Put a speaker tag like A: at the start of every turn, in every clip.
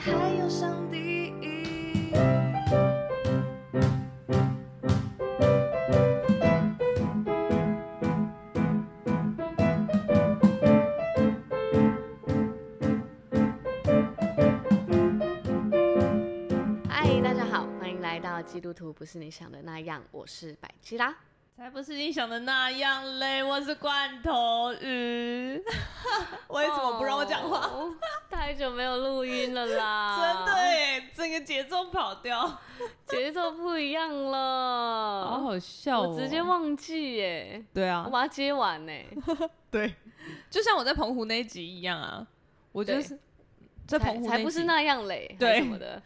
A: 还有上帝。嗨，大家好，欢迎来到基督徒不是你想的那样，我是百吉拉。
B: 才不是你想的那样嘞！我是罐头 鱼，为什么不让我讲话？
A: 哦太久没有录音了 啦，
B: 真的耶，整个节奏跑掉，
A: 节奏不一样
B: 哦
A: 了，
B: 笑
C: 哦
A: 我直接忘记耶，
B: 对
A: 我
B: 啊，
A: 把它接完呢。
B: 对，就像我在澎湖那一集一样啊，我就是在澎
A: 才
B: 湖
A: 才
B: 一
A: 不是
B: 集，
A: 那样嘞，还
B: 对
A: 什么的，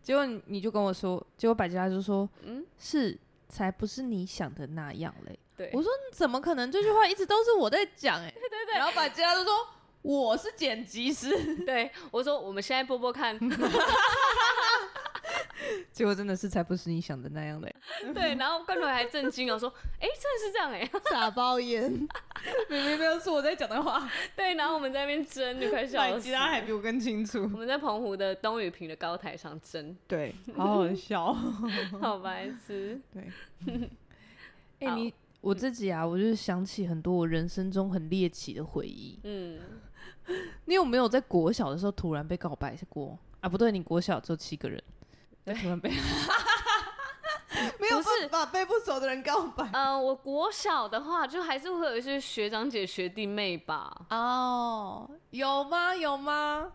C: 结果你就跟我说，结果百吉拉就说
A: 嗯，
C: 是才不是你想的那样嘞。
A: 对，
B: 我说怎么可能？这句话一直都是我在讲
C: 欸
B: 哎， 对对对，然后把吉拉就说我是剪辑 师，
A: 对我说我们现在播 播看，
C: 结果真的是才不是你想的那样嘞。
A: 对，然后罐头还震惊了，说，哎，真的是这样哎，
B: 傻包眼， 明明没有是我在讲的话，
A: 对，然后我们在那边争，就快笑
B: 百
A: 死
B: 吉。拉还比我更清楚
A: 我，们在澎湖的东雨坪的高台上 争，
B: 对， 好好笑。
A: 好白痴。
C: 对，哎、
A: 好
C: 你我自己啊，我就是想起很多我人生中很猎奇的回忆。
A: 嗯，
C: 你有没有在国小的时候突然被告白过啊？不对，你国小只有七个人，那突然 被
B: 没有办法被不熟的人告白
A: 呃，我国小的话，就还是会有一些学长姐、学弟妹吧。
B: 哦有吗？有吗？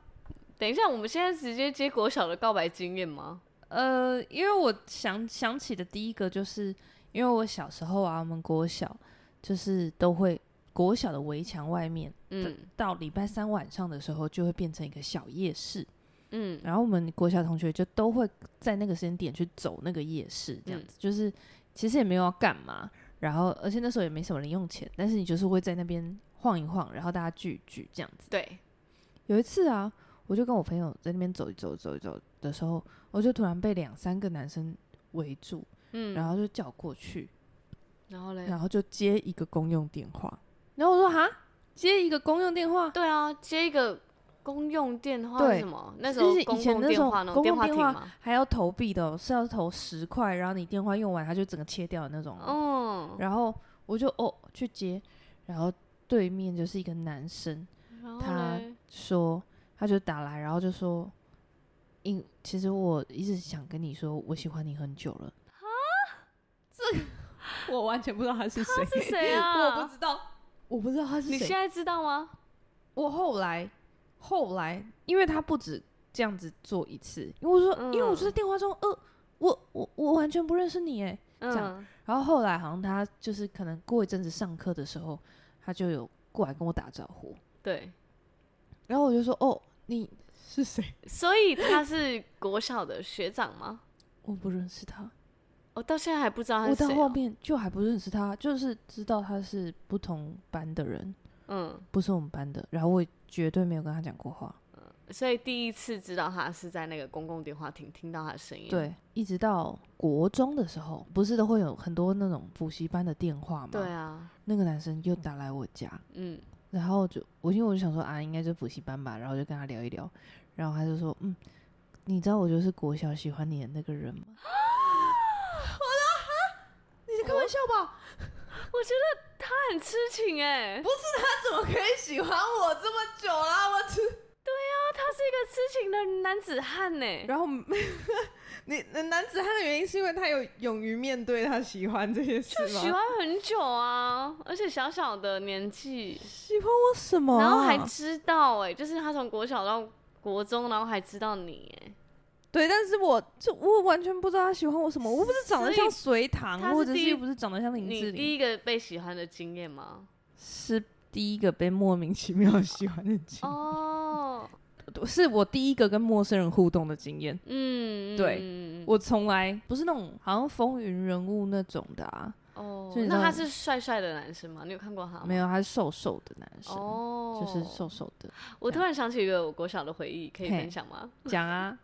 A: 等一下，我们现在直接接国小的告白经验吗？
C: 呃，因为我想想起的第一个就是，因为我小时候啊，我们国小就是都会国小的围墙外面，
A: 嗯
C: 到礼拜三晚上的时候就会变成一个小夜市，
A: 嗯，
C: 然后我们国小同学就都会在那个时间点去走那个夜市，这样子、就是其实也没有要干嘛，然后而且那时候也没什么零用钱，但是你就是会在那边晃一晃，然后大家聚一聚这样子。
A: 对，
C: 有一次啊，我就跟我朋友在那边走一走走一走的时候，我就突然被两三个男生围住，
A: 嗯，
C: 然后就叫过去，
A: 然后嘞，
C: 然后就接一个公用电话，然后我说哈，接一个公用电话，
A: 对啊，接一个公用电话
C: 对
A: 是什么？那时候
C: 就是以
A: 公
C: 前
A: 共
C: 那
A: 电
C: 种
A: 话那种
C: 公
A: 电
C: 用
A: 话
C: 电
A: 亭
C: 话
A: 嘛。
C: 还要投币的哦、是要投十块，然后你电话用完，它就整个切掉的那种哦。
A: 嗯，
C: 然后我就哦去接，然后对面就是一个男生，
A: 然后
C: 他
A: 嘞
C: 说，他就打来，然后就说，因其实我一直想跟你说，我喜欢你很久了。
B: 我完全不知道他是谁，
A: 是谁啊？
B: 我不知道。
C: 我不知道他是
A: 你现
C: 谁。
A: 在知道吗？
C: 我后来，后来，因为他不止这样子做一次，因为我说，
A: 嗯
C: 因为我就在电话中，呃，我我我完全不认识你哎。这
A: 嗯
C: 样，然后后来好像他就是可能过一阵子上课的时候，他就有过来跟我打招呼，
A: 对，
C: 然后我就说，哦， 你
B: 是谁？
A: 所以他是国小的学长吗？
C: 我不认识他。
A: 我到现在还不知道他
C: 我
A: 是
C: 到
A: 谁
C: 后
A: 哦。
C: 面就还不认识他，就是知道他是不同班的人，
A: 嗯，
C: 不是我们班的。然后我也绝对没有跟他讲过话。
A: 所以第一次知道他是在那个公共电话亭听到他的声音。
C: 对，一直到国中的时候，不是都会有很多那种补习班的电话吗？
A: 对啊，
C: 那个男生又打来我家，
A: 嗯，
C: 然后就我因为我就想说啊，应该就是补习班吧，然后就跟他聊一聊，然后他就说，嗯，你知道我就是国小喜欢你的那个人吗？
B: 你在开玩笑吧？
A: 我觉得他很痴情哎、不，
B: 他怎么可以喜欢我这么久啦？我只
A: 他是一个痴情的男子汉欸呢、
B: 然后 你男子汉的原因是因为他有勇于面对他喜欢这些事
A: 就
B: 吗？
A: 喜欢很久啊，而且小小的年纪，
C: 喜欢我什么啊、
A: 然后还知道哎、就是他从国小到国中，然后还知道你哎、
C: 对，但是我就我 完全不知道他喜欢我什么，我不是长得
A: 所以
C: 像隋唐
A: 他，是
C: 或者
A: 第一
C: 是不是长得像林
A: 你
C: 志玲，
A: 第一个被喜欢的经验吗？
C: 是第一个被莫名其妙喜欢的经
A: 哦，
C: 是我第一个跟陌生人互动的经验。
A: 嗯，
C: 对
A: 嗯，
C: 我从来不是那种好像风云人物那种的啊，
A: 哦
C: 所以，你
A: 那
C: 知道
A: 他是帅帅的男生吗？你有看过他吗？
C: 没有，他是瘦瘦的男生，
A: 哦，
C: 就是瘦。瘦 的。
A: 我突然想起一个我国小的回忆，可以
C: 嘿
A: 分享吗？
C: 讲啊，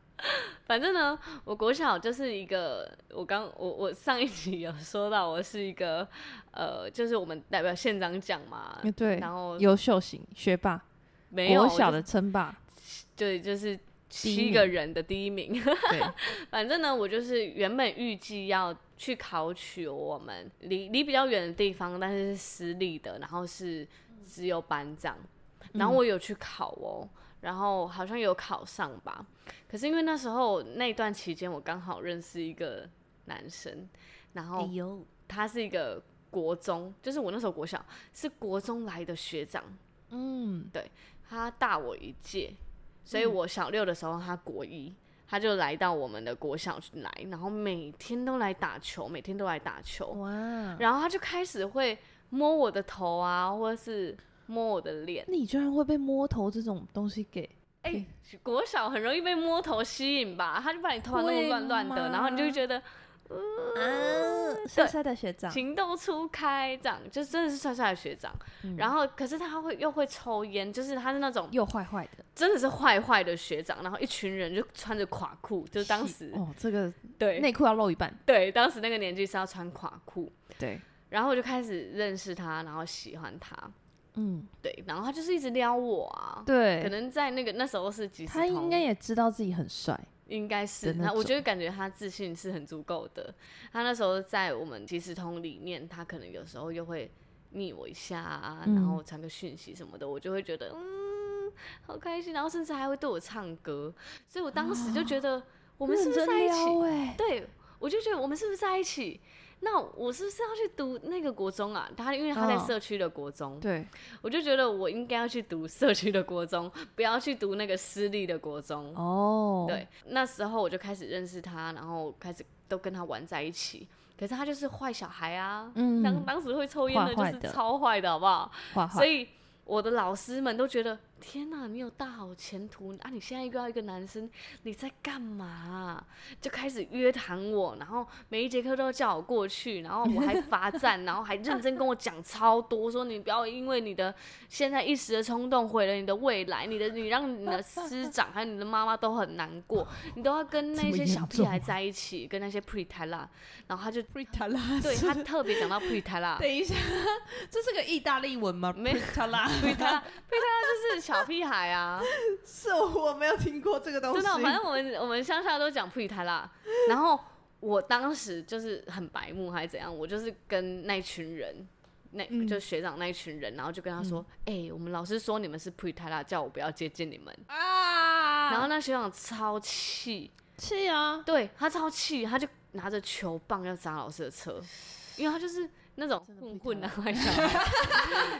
A: 反正呢，我国小就是一个，我刚我我上一集有说到，我是一个呃，就是我们代表县长奖嘛，
C: 哎对，
A: 然后
C: 优秀型学霸，
A: 没有
C: 国小
A: 我
C: 的称霸，
A: 就对，就是
C: 第一
A: 七
C: 名
A: 个人的第一名。
C: 对，
A: 反正呢，我就是原本预计要去考取我们离离比较远的地方，但是是私立的，然后是只有班长，然后我有去考哦，然后好像有考上吧。可是因为那时候那段期间，我刚好认识一个男生，然
C: 哦
A: 后
B: 哎呦，
A: 他是一个国中，就是我那时候国小是国中来的学长，
C: 嗯，
A: 他大我一届，所以我小六的时候他国一，他就来到我们的国小来，然后每天都来打球，每天都来打球，
C: 哇，
A: 然后他就开始会摸我的头啊，或者是摸我的脸。
C: 你居然会被摸头这种东西给，
A: 哎、国小很容易被摸头吸引吧？他就把你头发弄得乱乱的，然后你就会觉得呃
C: 嗯，帅帅的学长，
A: 情窦初开，这样就真的是帅帅的学长。然后，可是他会又会抽烟，就是他是那种
C: 又坏坏的，
A: 真的是坏坏的学长，然后一群人就穿着垮裤，就是当时
C: 哦，这个
A: 对
C: 内裤要露一半，
A: 对，当时那个年纪是要穿垮裤，
C: 对，
A: 然后我就开始认识他，然后喜欢他，
C: 嗯，
A: 对，然后他就是一直撩我啊，可
C: 对，
A: 能在那个那时候是几十
C: 他应
A: 通
C: 该也知道自己很帅，
A: 应该是
C: 的那
A: 他，我
C: 种
A: 觉得感觉他自信是很足够的。他那时候在我们即时通里面，他可能有时候又会密我一下啊，
C: 嗯
A: 然后传个讯息什么的，我就会觉得嗯好开心，然后甚至还会对我唱歌，所以我当时就觉得我
C: 我
A: 们是不是在一起？
C: 哎，
A: 对，我就觉得我们是不是在一起？那我是不是要去读那个国中啊？他因为他在
C: 嗯
A: 社区的国中，
C: 对，
A: 我就觉得我应该要去读社区的国中，不要去读那个私立的国中。
C: 哦，
A: 嗯对，那时候我就开始认识他，然后开始都跟他玩在一起。可是他就是坏小孩啊，
C: 嗯
A: 当当时会抽烟的
C: 坏
A: 就
C: 坏
A: 是
C: 的
A: 超坏的，好不好？
C: 坏坏
A: 所，以我的老师们都觉得，天哪，你有大好前途啊！你现在遇到一个男生，你在干嘛啊、就开始约谈我，然后每一节课都叫我过去，然后我还罚站， 然后还认真跟我讲超多，说你不要因为你的现在一时的冲动毁了你的未来，你的你让你的师长还有你的妈妈都很难过，你都要跟那
C: 这么
A: 些小
C: 严
A: 屁
C: 重
A: 孩
C: 啊
A: 在一起，跟那些 p r e t a l a 然后他就
B: ，Prita 啦，
A: 对他特别讲到 p r e t a l a
B: 等一下， 这是个意大利文吗
A: 没有
B: ？Prita 啦，
A: p r e t a l a p r e t a l a 就是小屁孩啊。
B: 是我没有听过这个东西。
A: 真的，反正我们我们乡下都讲普里泰拉。然后我当时就是很白目还是怎样，我就是跟那一群人，那、
B: 嗯
A: 就学长那一群人，然后就跟他说：“哎、我们老师说你们是普里泰拉，叫我不要接近你们。
B: 啊，
A: 然后那学长超气，
C: 是啊，
A: 对他超气，他就拿着球棒要砸老师的车，因为他就是那种
C: 真的
A: 混
C: 不
A: 混
C: 太
A: 的坏小孩，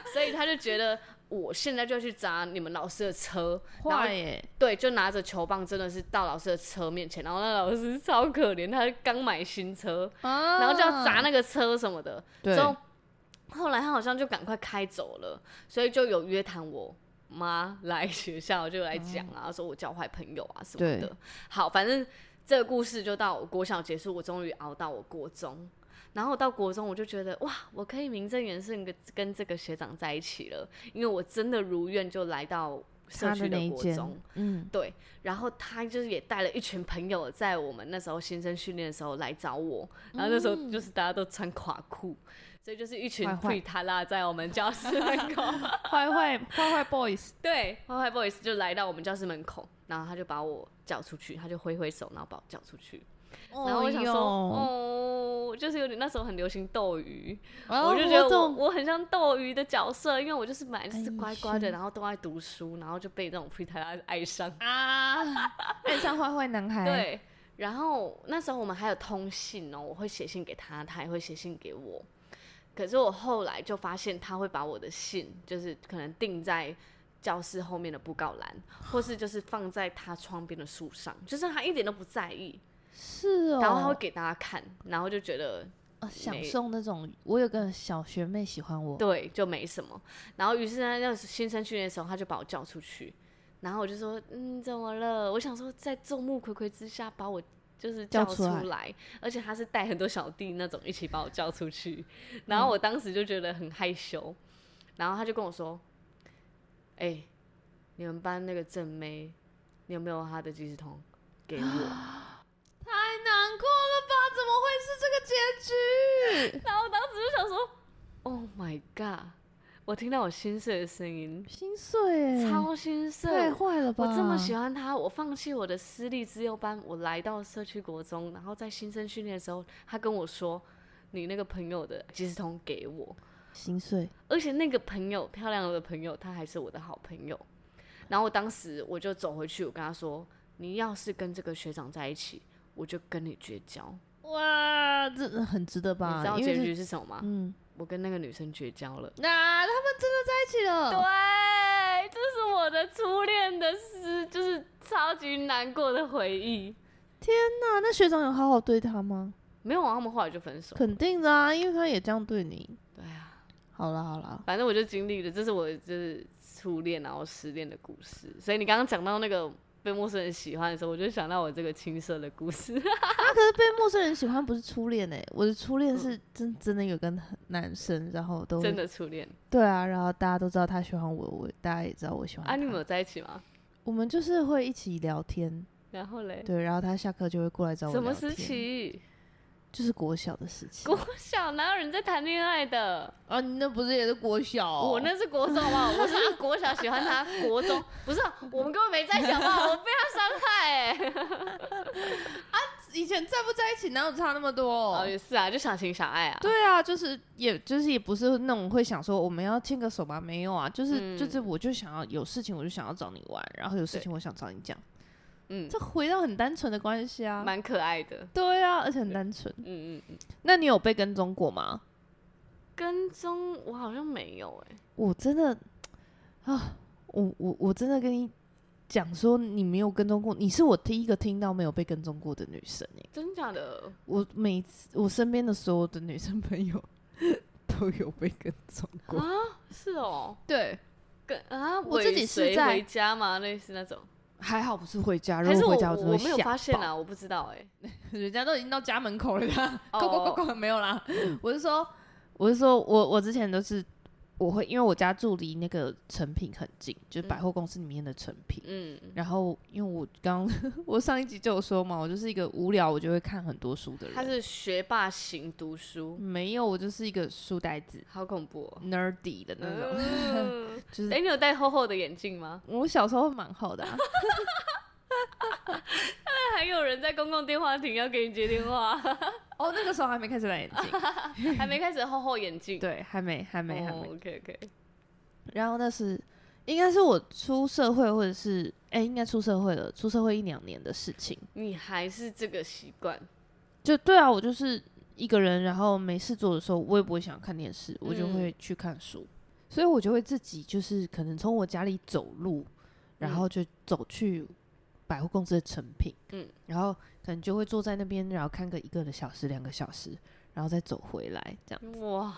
A: 所以他就觉得我现在就要去砸你们老师的车，然后
C: 坏耶，
A: 对，就拿着球棒，真的是到老师的车面前，然后那老师超可怜，他刚买新车，
C: 啊
A: 然后就要砸那个车什么的。
C: 对
A: 之后后来他好像就赶快开走了，所以就有约谈我妈来学校，就来讲啊，说我交坏朋友啊什么
C: 嗯对
A: 的。好，反正这个故事就到我国小结束，我终于熬到我国中。然后到国中，我就觉得哇，我可以名正言顺跟跟这个学长在一起了，因为我真的如愿就来到社
C: 他
A: 区
C: 的那
A: 的
C: 一
A: 国
C: 间
A: 中。，
C: 嗯，
A: 对，然后他就是也带了一群朋友，在我们那时候新生训练的时候来找我，然后那时候就是大家都穿垮裤，所以就是一群
C: 嗯坏坏
A: 鬼他啦在我们教室门 口，
C: 坏坏坏坏 boys，
A: 对，坏坏 boys 就来到我们教室门口，然后他就把我叫出去，他就挥挥手，然后把我叫出去，然后我想说，
C: 哦
A: 哦，就是有点那时候很流行斗鱼，
C: 哟，
A: 我就觉得我
C: 懂
A: 我很像斗鱼的角色，因为我就是本来就是
C: 哎
A: 乖乖的，
C: 是
A: 然后都爱读书，然后就被这种鬼他啦爱上。
B: 啊，
C: 爱上坏坏男孩，，
A: 对，然后那时候我们还有通信哦，我会写信给他，他也会写信给我。可是我后来就发现，他会把我的信，就是可能定在教室后面的布告栏，或是就是放在他窗边的树上，就是他一点都不在意，
C: 是哦，
A: 然后他会给大家看，然后就觉得
C: 哦享
A: 没
C: 受那种，我有个小学妹喜欢我，
A: 对，就没什么。然后于是呢，那个新生训练的时候，他就把我叫出去，然后我就说：“嗯，怎么了？”我想说，在众目睽睽之下把我就是
C: 叫
A: 叫出
C: 出来
A: 而且他是带很多小弟那种一起把我叫出去，然后我当时就觉得很害羞，然后他就跟我说：“哎、你们班那个正妹，你有没有她的即时通给我？”
B: 太难过了吧？怎么会是这个结局？
A: 然后我当时就想说，Oh my god！我听到我心碎的声音，
C: 心碎耶，
A: 超心碎
C: 嗯太。坏了吧！
A: 我这么喜欢他，我放弃我的私立自幼班，我来到社区国中，然后在新生训练的时候，他跟我说：“你那个朋友的即时通给我。”
C: 心碎，
A: 而且那个朋友，漂亮的朋友，她还是我的好朋友。然后我当时我就走回去，我跟她说：“你要是跟这个学长在一起，我就跟你绝交。
C: 哇，这呃很值得吧？
A: 你知道
C: 因为
A: 结
C: 这
A: 局是什么吗？
C: 嗯，
A: 我跟那个女生绝交了。
C: 那、他们真的在一起了。
A: 对，哎这是我的初恋的事，就是超级难过的回忆。
C: 啊那那学长有好好对他吗？
A: 没有啊，他们后来就分手。
C: 肯定的啊，因为他也这样对你。
A: 对啊，
C: 好啦好啦，
A: 反正我就经历了，这是我就是初恋然后失恋的故事。所以你刚刚讲到那个被陌生人喜欢的时候，我就想到我这个青涩的故 事。
C: 那、啊可是被陌生人喜欢不是初恋哎、我的初恋是真真的有跟男生，然后都
A: 嗯真的初恋
C: 对啊，然后大家都知道他喜欢我，我大家也知道我喜欢他。
A: 啊？你们有在一起吗？
C: 我们就是会一起聊天，
A: 然后嘞，
C: 对，然后他下课就会过来找我
A: 什
C: 聊
A: 么
C: 天。
A: 时？期？
C: 就是国小的时期。
A: 国小哪有人在谈恋爱的？
C: 啊，你那不是也是国小、
A: 我那是国中好不 好？我是国小喜欢他，国中不是啊、我们根本没在一起好不 好？我被他伤害哎、
C: 以前在不在一起哪有差那么多
A: 哦，也是啊，就小情小爱啊。
C: 对啊，就是也就是也不是那种会想说我们要牵个手吧，没有啊，就是、
A: 嗯
C: 就是我就想要有事情我就想要找你玩，然后有事情我想找你讲，
A: 嗯，
C: 这回到很单纯的关系啊，
A: 蛮可爱的。
C: 对啊，而且很单纯。
A: 嗯嗯嗯，
C: 那你有被跟踪过吗？
A: 跟踪我好像没有哎、
C: 我真的啊，我我我真的跟你讲说你没有跟踪过，你是我第一个听到没有被跟踪过的女生诶、
A: 真假的？
C: 我每次我身边的所有的女生朋友 都有被跟踪过，
A: 是哦，
C: 对。
A: 跟啊，
C: 我自己
A: 尾随
C: 是在
A: 回家吗？类似那种，
C: 还好不是回家，
A: 还
C: 如
A: 是
C: 果
A: 我
C: 回家真
A: 我
C: 的会
A: 没有
C: 吓
A: 发现
C: 爆
A: 啊？我不知道哎、
C: 人家都已经到家门 口了，他
A: 哦
C: 够够够够没有啦。 我是说，我是说我我之前都是我会，因为我家住离那个成品很近，就是百货公司里面的成品。
A: 嗯，
C: 然后因为我刚 我上一集就有说嘛，我就是一个无聊我就会看很多书的人。
A: 他是学霸型读书，
C: 没有，我就是一个书呆子
A: 好恐怖哦。
C: ，nerdy 的那种。
A: 嗯，
C: 就是
A: 哎、你有戴厚厚的眼镜吗？
C: 我小时候蛮好的、啊，
A: 还有人在公共电话亭要给你接电 话，
C: 哦，那个时候还没开始戴眼镜，
A: 还没开始厚厚眼镜，， 哦
C: 对，还没，还没，还没。
A: OK OK，
C: 然后那是应该是我出社会，或者是哎、应该出社会了，出社会一两年的事情。
A: 你还是这个习惯，
C: 就对啊，我就是一个人，然后没事做的时候，我也不会想看电视，我就会去看书，所以我就会自己就是可能从我家里走路，然后就走去百货公司的成品，
A: 嗯
C: 嗯，然后可能就会坐在那边，然后看个一个的小时、两个小时，然后再走回来这样。
A: 哇，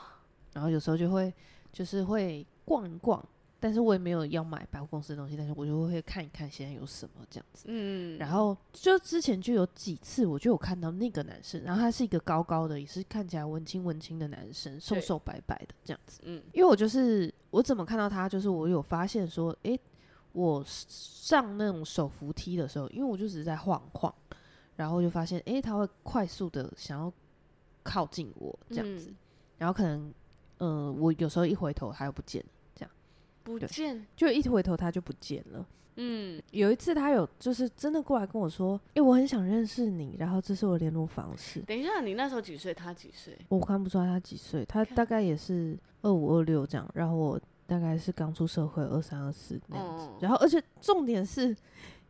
C: 然后有时候就会就是会逛一逛，但是我也没有要买百货公司的东西，但是我就会看一看现在有什么这样子。
A: 嗯，
C: 然后就之前就有几次，我就有看到那个男生，然后他是一个高高的，也是看起来文青文青的男生，瘦
A: 对
C: 瘦白白的这样子。
A: 嗯，
C: 因为我就是我怎么看到他，就是我有发现说，诶、我上那种手扶梯的时候，因为我就只是在晃晃，然后就发现，诶、他会快速的想要靠近我这样子，
A: 嗯
C: 然后可能，呃，我有时候一回头他又不见了，
A: 不
C: 对
A: 见，
C: 就一回头他就不见了。
A: 嗯，
C: 有一次他有就是真的过来跟我说，诶，我很想认识你，然后这是我的联络方式。
A: 等一下，你那时候几岁？他几岁？
C: 我看不出来他几岁，他
A: 看
C: 大概也是二五二六这样，然后我大概是刚出社会二三二四那样子。
A: 哦
C: 然后而且重点是，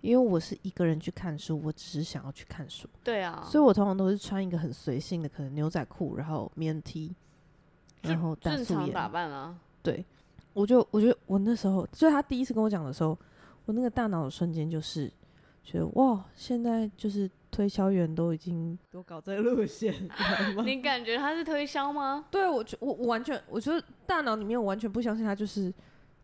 C: 因为我是一个人去看书，我只是想要去看书，
A: 对啊，
C: 所以我通常都是穿一个很随性的，可能牛仔裤，然后棉 T，然后大
A: 正
C: 素
A: 常
C: 颜，
A: 打扮啊，
C: 对，我就我觉得我那时候，就是他第一次跟我讲的时候，我那个大脑的瞬间就是觉得哇，现在就是推销员都已经给我搞这个路线了 吗？
A: 你感觉他是推销吗？
C: 对我就我我完全，我就是大脑里面我完全不相信他就是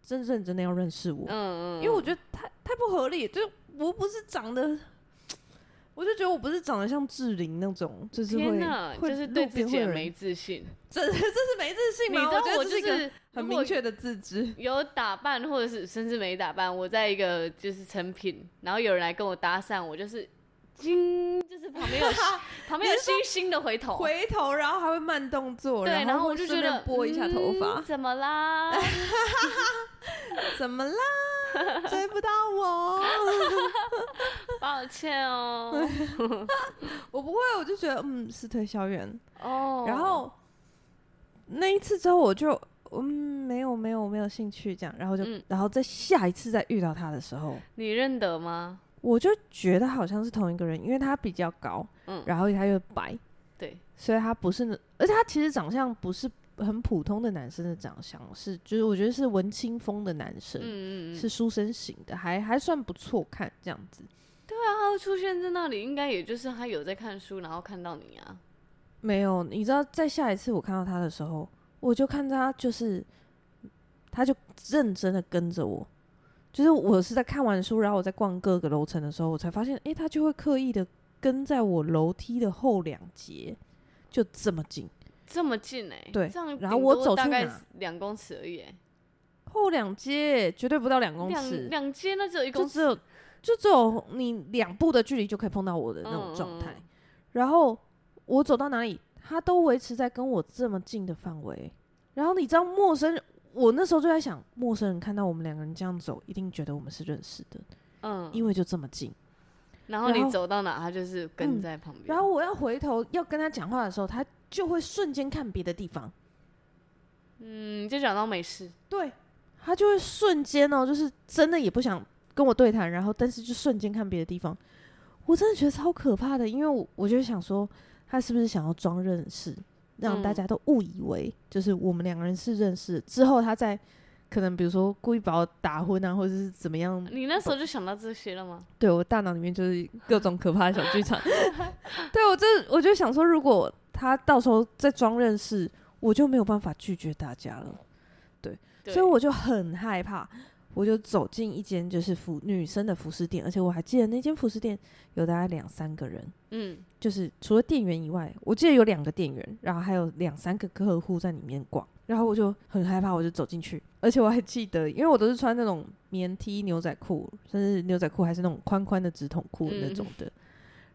C: 真认真的要认识我，
A: 嗯嗯，
C: 因为我
A: 得
C: 觉得太太不合理，就是我不是长得。我就觉得我不是长得像志玲那种，就是
A: 天
C: 会
A: 哪，
C: 会
A: 就是对
C: 路
A: 自
C: 边
A: 己
C: 会有
A: 也
C: 人
A: 没自信。
C: 这这是没自信
A: 你
C: 吗？
A: 知道
C: 我觉得
A: 我
C: 这
A: 就是
C: 一个
A: 是
C: 很
A: 如果
C: 明确的自知。
A: 有打扮，或者是甚至没打扮，我在一个就是成品，然后有人来跟我搭讪，我就是叮，就是旁 边有旁边有
C: 你是说
A: 星星的回头，
C: 回头，然后还会慢动作，
A: 哦对，然
C: 后
A: 后
C: 会
A: 我就觉
C: 顺便
A: 得
C: 拨一下头发
A: 嗯，怎么啦？
C: 怎 么啦？追不到我？
A: 抱歉哦，
C: 我不会，我就觉得嗯是推销员。
A: 哦，
C: 然后那一次之后，我就嗯没有没有没有兴趣这样，然后就、
A: 嗯
C: 然后在下一次再遇到他的时候，
A: 你认得吗？
C: 我就觉得好像是同一个人，因为他比较高，
A: 嗯
C: 然后他又白，
A: 对，
C: 所以他不是那，
D: 而且他其实长相不是很普通的男生的长相，是就是我觉得是文青风的男生，
A: 嗯嗯嗯，
D: 是书生型的，还还算不错看这样子。
A: 啊他会出现在那里，应该也就是他有在看书，然后看到你啊。
C: 没有，你知道，在下一次我看到他的时候，我就看他就是，他就认真的跟着我，就是我是在看完书，然后我在逛各个楼层的时候，我才发现，诶，他就会刻意的跟在我楼梯的后两节，就这么近，
A: 这么近哎、
C: 对
A: 这样
C: 然后我
A: 顶多
C: 走去
A: 大概
C: 哪
A: 两公尺而已、欸，
C: 后两阶绝对不到两公
A: 两
C: 尺，
A: 两街那只有一
C: 就
A: 公
C: 只
A: 尺，
C: 有就只有你两步的距离就可以碰到我的那种状
A: 嗯
C: 态，然后我走到哪里，他都维持在跟我这么近的范围。然后你知道陌生人，我那时候就在想，陌生人看到我们两个人这样走，一定觉得我们是认识的，
A: 嗯，嗯
C: 因为就这么近。
A: 然后
C: 然后
A: 你走到哪，他就是跟
C: 嗯
A: 在旁边、
C: 然后我要回头要跟他讲话的时候，他就会瞬间看别的地方，
A: 嗯，就讲到没事，
C: 对他就会瞬间哦，就是真的也不想跟我对谈，然后但是就瞬间看别的地方。我真的觉得超可怕的，因为我我就想说，他是不是想要装认识，让大
A: 嗯
C: 家都误以为就是我们两个人是认识的，之后他再可能比如说故意把我打昏啊，或者是怎么样，
A: 你那时候就想到这些了吗？
C: 对我大脑里面就是各种可怕的小剧场。对我真的我就想说，如果他到时候再装认识，我就没有办法拒绝大家了。
A: 对
C: 所以我就很害怕，我就走进一间就是服女生的服饰店，而且我还记得那间服饰店有大概两三个人，
A: 嗯
C: 就是除了店员以外，我记得有两个店员，然后还有两三个客户在里面逛，然后我就很害怕，我就走进去，而且我还记得，因为我都是穿那种棉 T 牛仔裤，甚至牛仔裤还是那种宽宽的直筒裤的那
A: 嗯
C: 种的。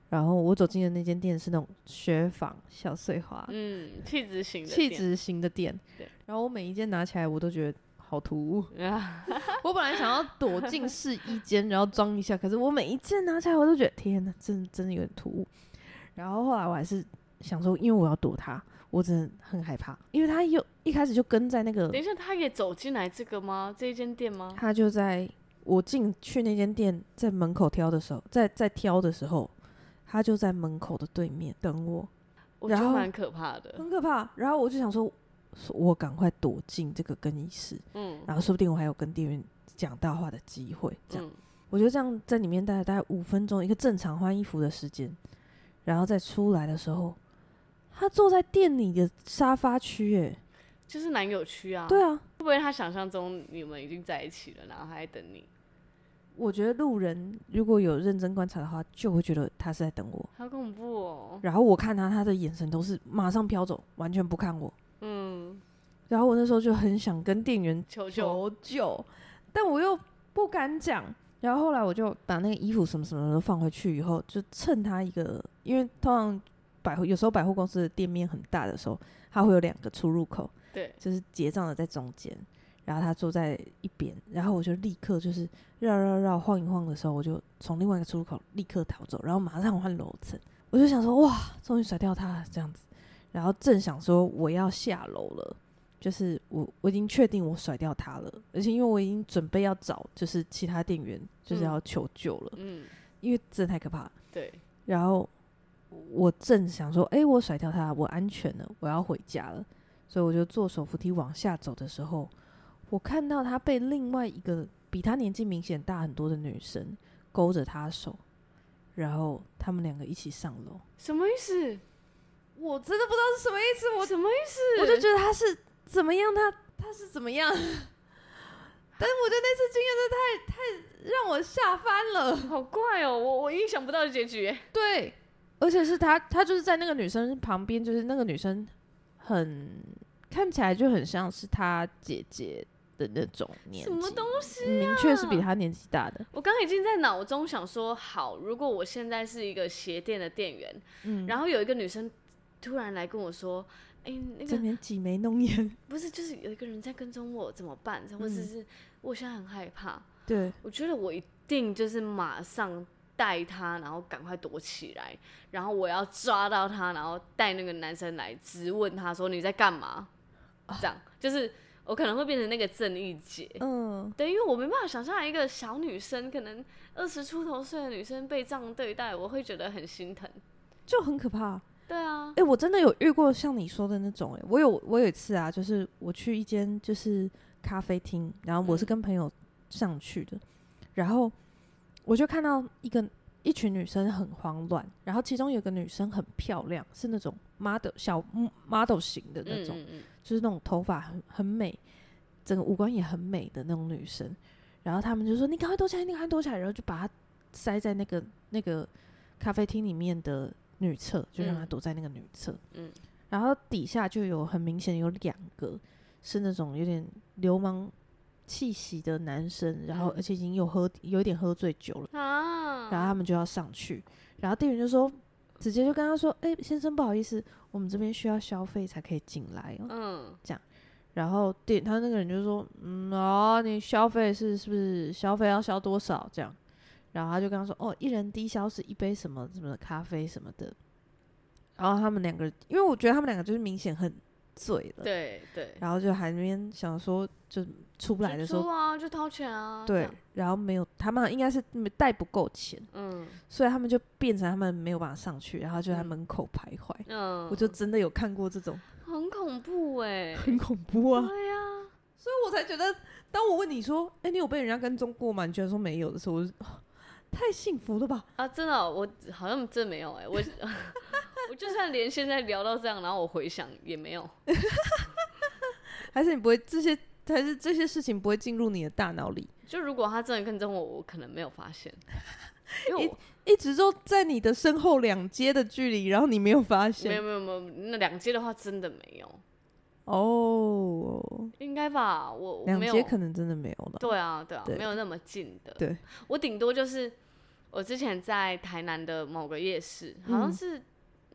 C: 然后我走进的那间店是那种雪纺小碎花，
A: 嗯，气质型的
C: 气
A: 店
C: 质型的店
A: 对。
C: 然后我每一件拿起来，我都觉得好突兀。
A: 啊，
C: 我本来想要躲进试衣间，然后装一下，可是我每一件拿起来，我都觉得天哪，真真的有点突兀。然后后来我还是想说，因为我要躲他，我真的很害怕，因为他又一开始就跟在那个
A: 等，一下，他也走进来这个吗？这一间店吗？
C: 他就在我进去那间店，在门口挑的时候，在在挑的时候，他就在门口的对面等我，
A: 我觉
C: 然
A: 得
C: 后
A: 蛮可怕的，
C: 很可怕。然后我就想说，说我赶快躲进这个更衣室，
A: 嗯
C: 然后说不定我还有跟店员讲大话的机会，这样。
A: 嗯，
C: 我就这样在里面待了大概五分钟，一个正常换衣服的时间，然后再出来的时候，他坐在店里的沙发区，哎、
A: 就是男友区啊，
C: 对啊，
A: 会不会他想象中你们已经在一起了，然后他还等你？
C: 我觉得路人如果有认真观察的话，就会觉得他是在等我。
A: 好恐怖哦！
C: 然后我看他，他的眼神都是马上飘走，完全不看我。
A: 嗯，
C: 然后我那时候就很想跟店员
A: 求救，
C: 求救，但我又不敢讲。然后后来我就把那个衣服什么什么都放回去，以后就趁他一个，因为通常百货有时候百货公司的店面很大的时候，它会有两个出入口，
A: 对，
C: 就是结账的在中间，然后他坐在一边，然后我就立刻就是绕绕绕晃一晃的时候，我就从另外一个出入口立刻逃走，然后马上换楼层，我就想说哇，终于甩掉他了这样子，然后正想说我要下楼了。就是我我已经确定我甩掉他了，而且因为我已经准备要找就是其他店员，就是
A: 嗯
C: 要求救了，
A: 嗯，
C: 因为真的太可怕了。
A: 对，
C: 然后我正想说，诶，我甩掉他，我安全了，我要回家了，所以我就坐手扶梯往下走的时候，我看到他被另外一个比他年纪明显大很多的女生勾着他手，然后他们两个一起上楼。
A: 什么意思？
C: 我真的不知道是什么意思，我
A: 什么意思？
C: 我就觉得他是怎么样，他他是怎么样。但 是我觉得那次经验真的太太让我吓翻了。
A: 好怪哦，我我意想不到的结局耶。
C: 对，而且是他，他就是在那个女生旁边，就是那个女生很看起来就很像是他姐姐
B: 的那种年纪，
A: 什么东
C: 啊
A: 西？
C: 嗯
B: 明确是比他年纪大的。
A: 我刚刚已经在脑中想说，好，如果我现在是一个鞋店的店员，
B: 嗯，
A: 然后有一个女生突然来跟我说：“哎、那
C: 这
A: 个
C: 边挤眉弄眼，
A: 不是，就是有一个人在跟踪我，怎么办？或者
B: 嗯
A: 是我现在很害怕。”
C: 对，
A: 我觉得我一定就是马上带他，然后赶快躲起来，然后我要抓到他，然后带那个男生来质问他说你在干嘛？这样就是我可能会变成那个正义姐。
C: 嗯，
A: 对，因为我没办法想象一个小女生，可能二十出头岁的女生被这样对待，我会觉得很心疼。
C: 就很可怕。
A: 对啊
C: 哎、，我真的有遇过像你说的那种、欸，我有我有一次啊，就是我去一间就是咖啡厅，然后我
A: 嗯
C: 是跟朋友上去的，然后我就看到一个一群女生很慌乱，然后其中有个女生很漂亮，是那种 model 小 model 型的那
A: 嗯
C: 种，
A: 嗯嗯，
C: 就是那种头发很很美，整个五官也很美的那种女生。然后他们就说：“你赶快躲起来，你赶快躲起来。”然后就把她塞在那个那个咖啡厅里面的女厕，就让她
A: 嗯
C: 躲在那个女厕。
A: 嗯，
C: 然后底下就有很明显有两个是那种有点流氓气息的男生，然后
A: 嗯
C: 而且已经有喝有一点喝醉酒了。
A: 啊，
C: 然后他们就要上去，然后店员就说，直接就跟他说：“哎、先生，不好意思，我们这边需要消费才可以进来哦。
A: 嗯，
C: 然后店他那个人就说：“嗯哦，你消费是是不是消费要消多少这样？”然后他就跟他说：“哦，一人低消是一杯什么什么咖啡什么的。”然后他们两个，因为我觉得他们两个就是明显很醉了，
A: 对对，
C: 然后就还那边想说，就出不来的时
A: 就出
C: 候，
A: 啊，就掏钱啊，这
C: 对
A: 样，
C: 然后没有，他们应该是带不够钱，
A: 嗯
C: 所以他们就变成他们没有办法上去，然后就在门口徘徊。
A: 嗯，
C: 我就真的有看过这种，
A: 很恐怖 哎、
C: 很恐怖啊！
A: 对呀、
C: 所以我才觉得，当我问你说：“哎、你有被人家跟踪过吗？”你居然说没有的时候，我就、啊太幸福了吧？
A: 啊，真的哦、我好像真没有哎、我 我就算连现在聊到这样，然后我回想也没有，
C: 还是你不会这些，还是这些事情不会进入你的大脑里，
A: 就如果他真的跟踪我，我可能没有发现，因为我
C: 一直都在你的身后两阶的距离，然后你没有发
A: 没有
C: 现
A: 没有没有那两阶的话真的没有，
C: 哦。
A: 应该吧，我我
C: 两
A: 没有
C: 阶可能真的没有了。
A: 对啊对啊，
C: 对
A: 没有那么近的，
C: 对，
A: 我顶多就是我之前在台南的某个夜市，好像
C: 嗯
A: 是。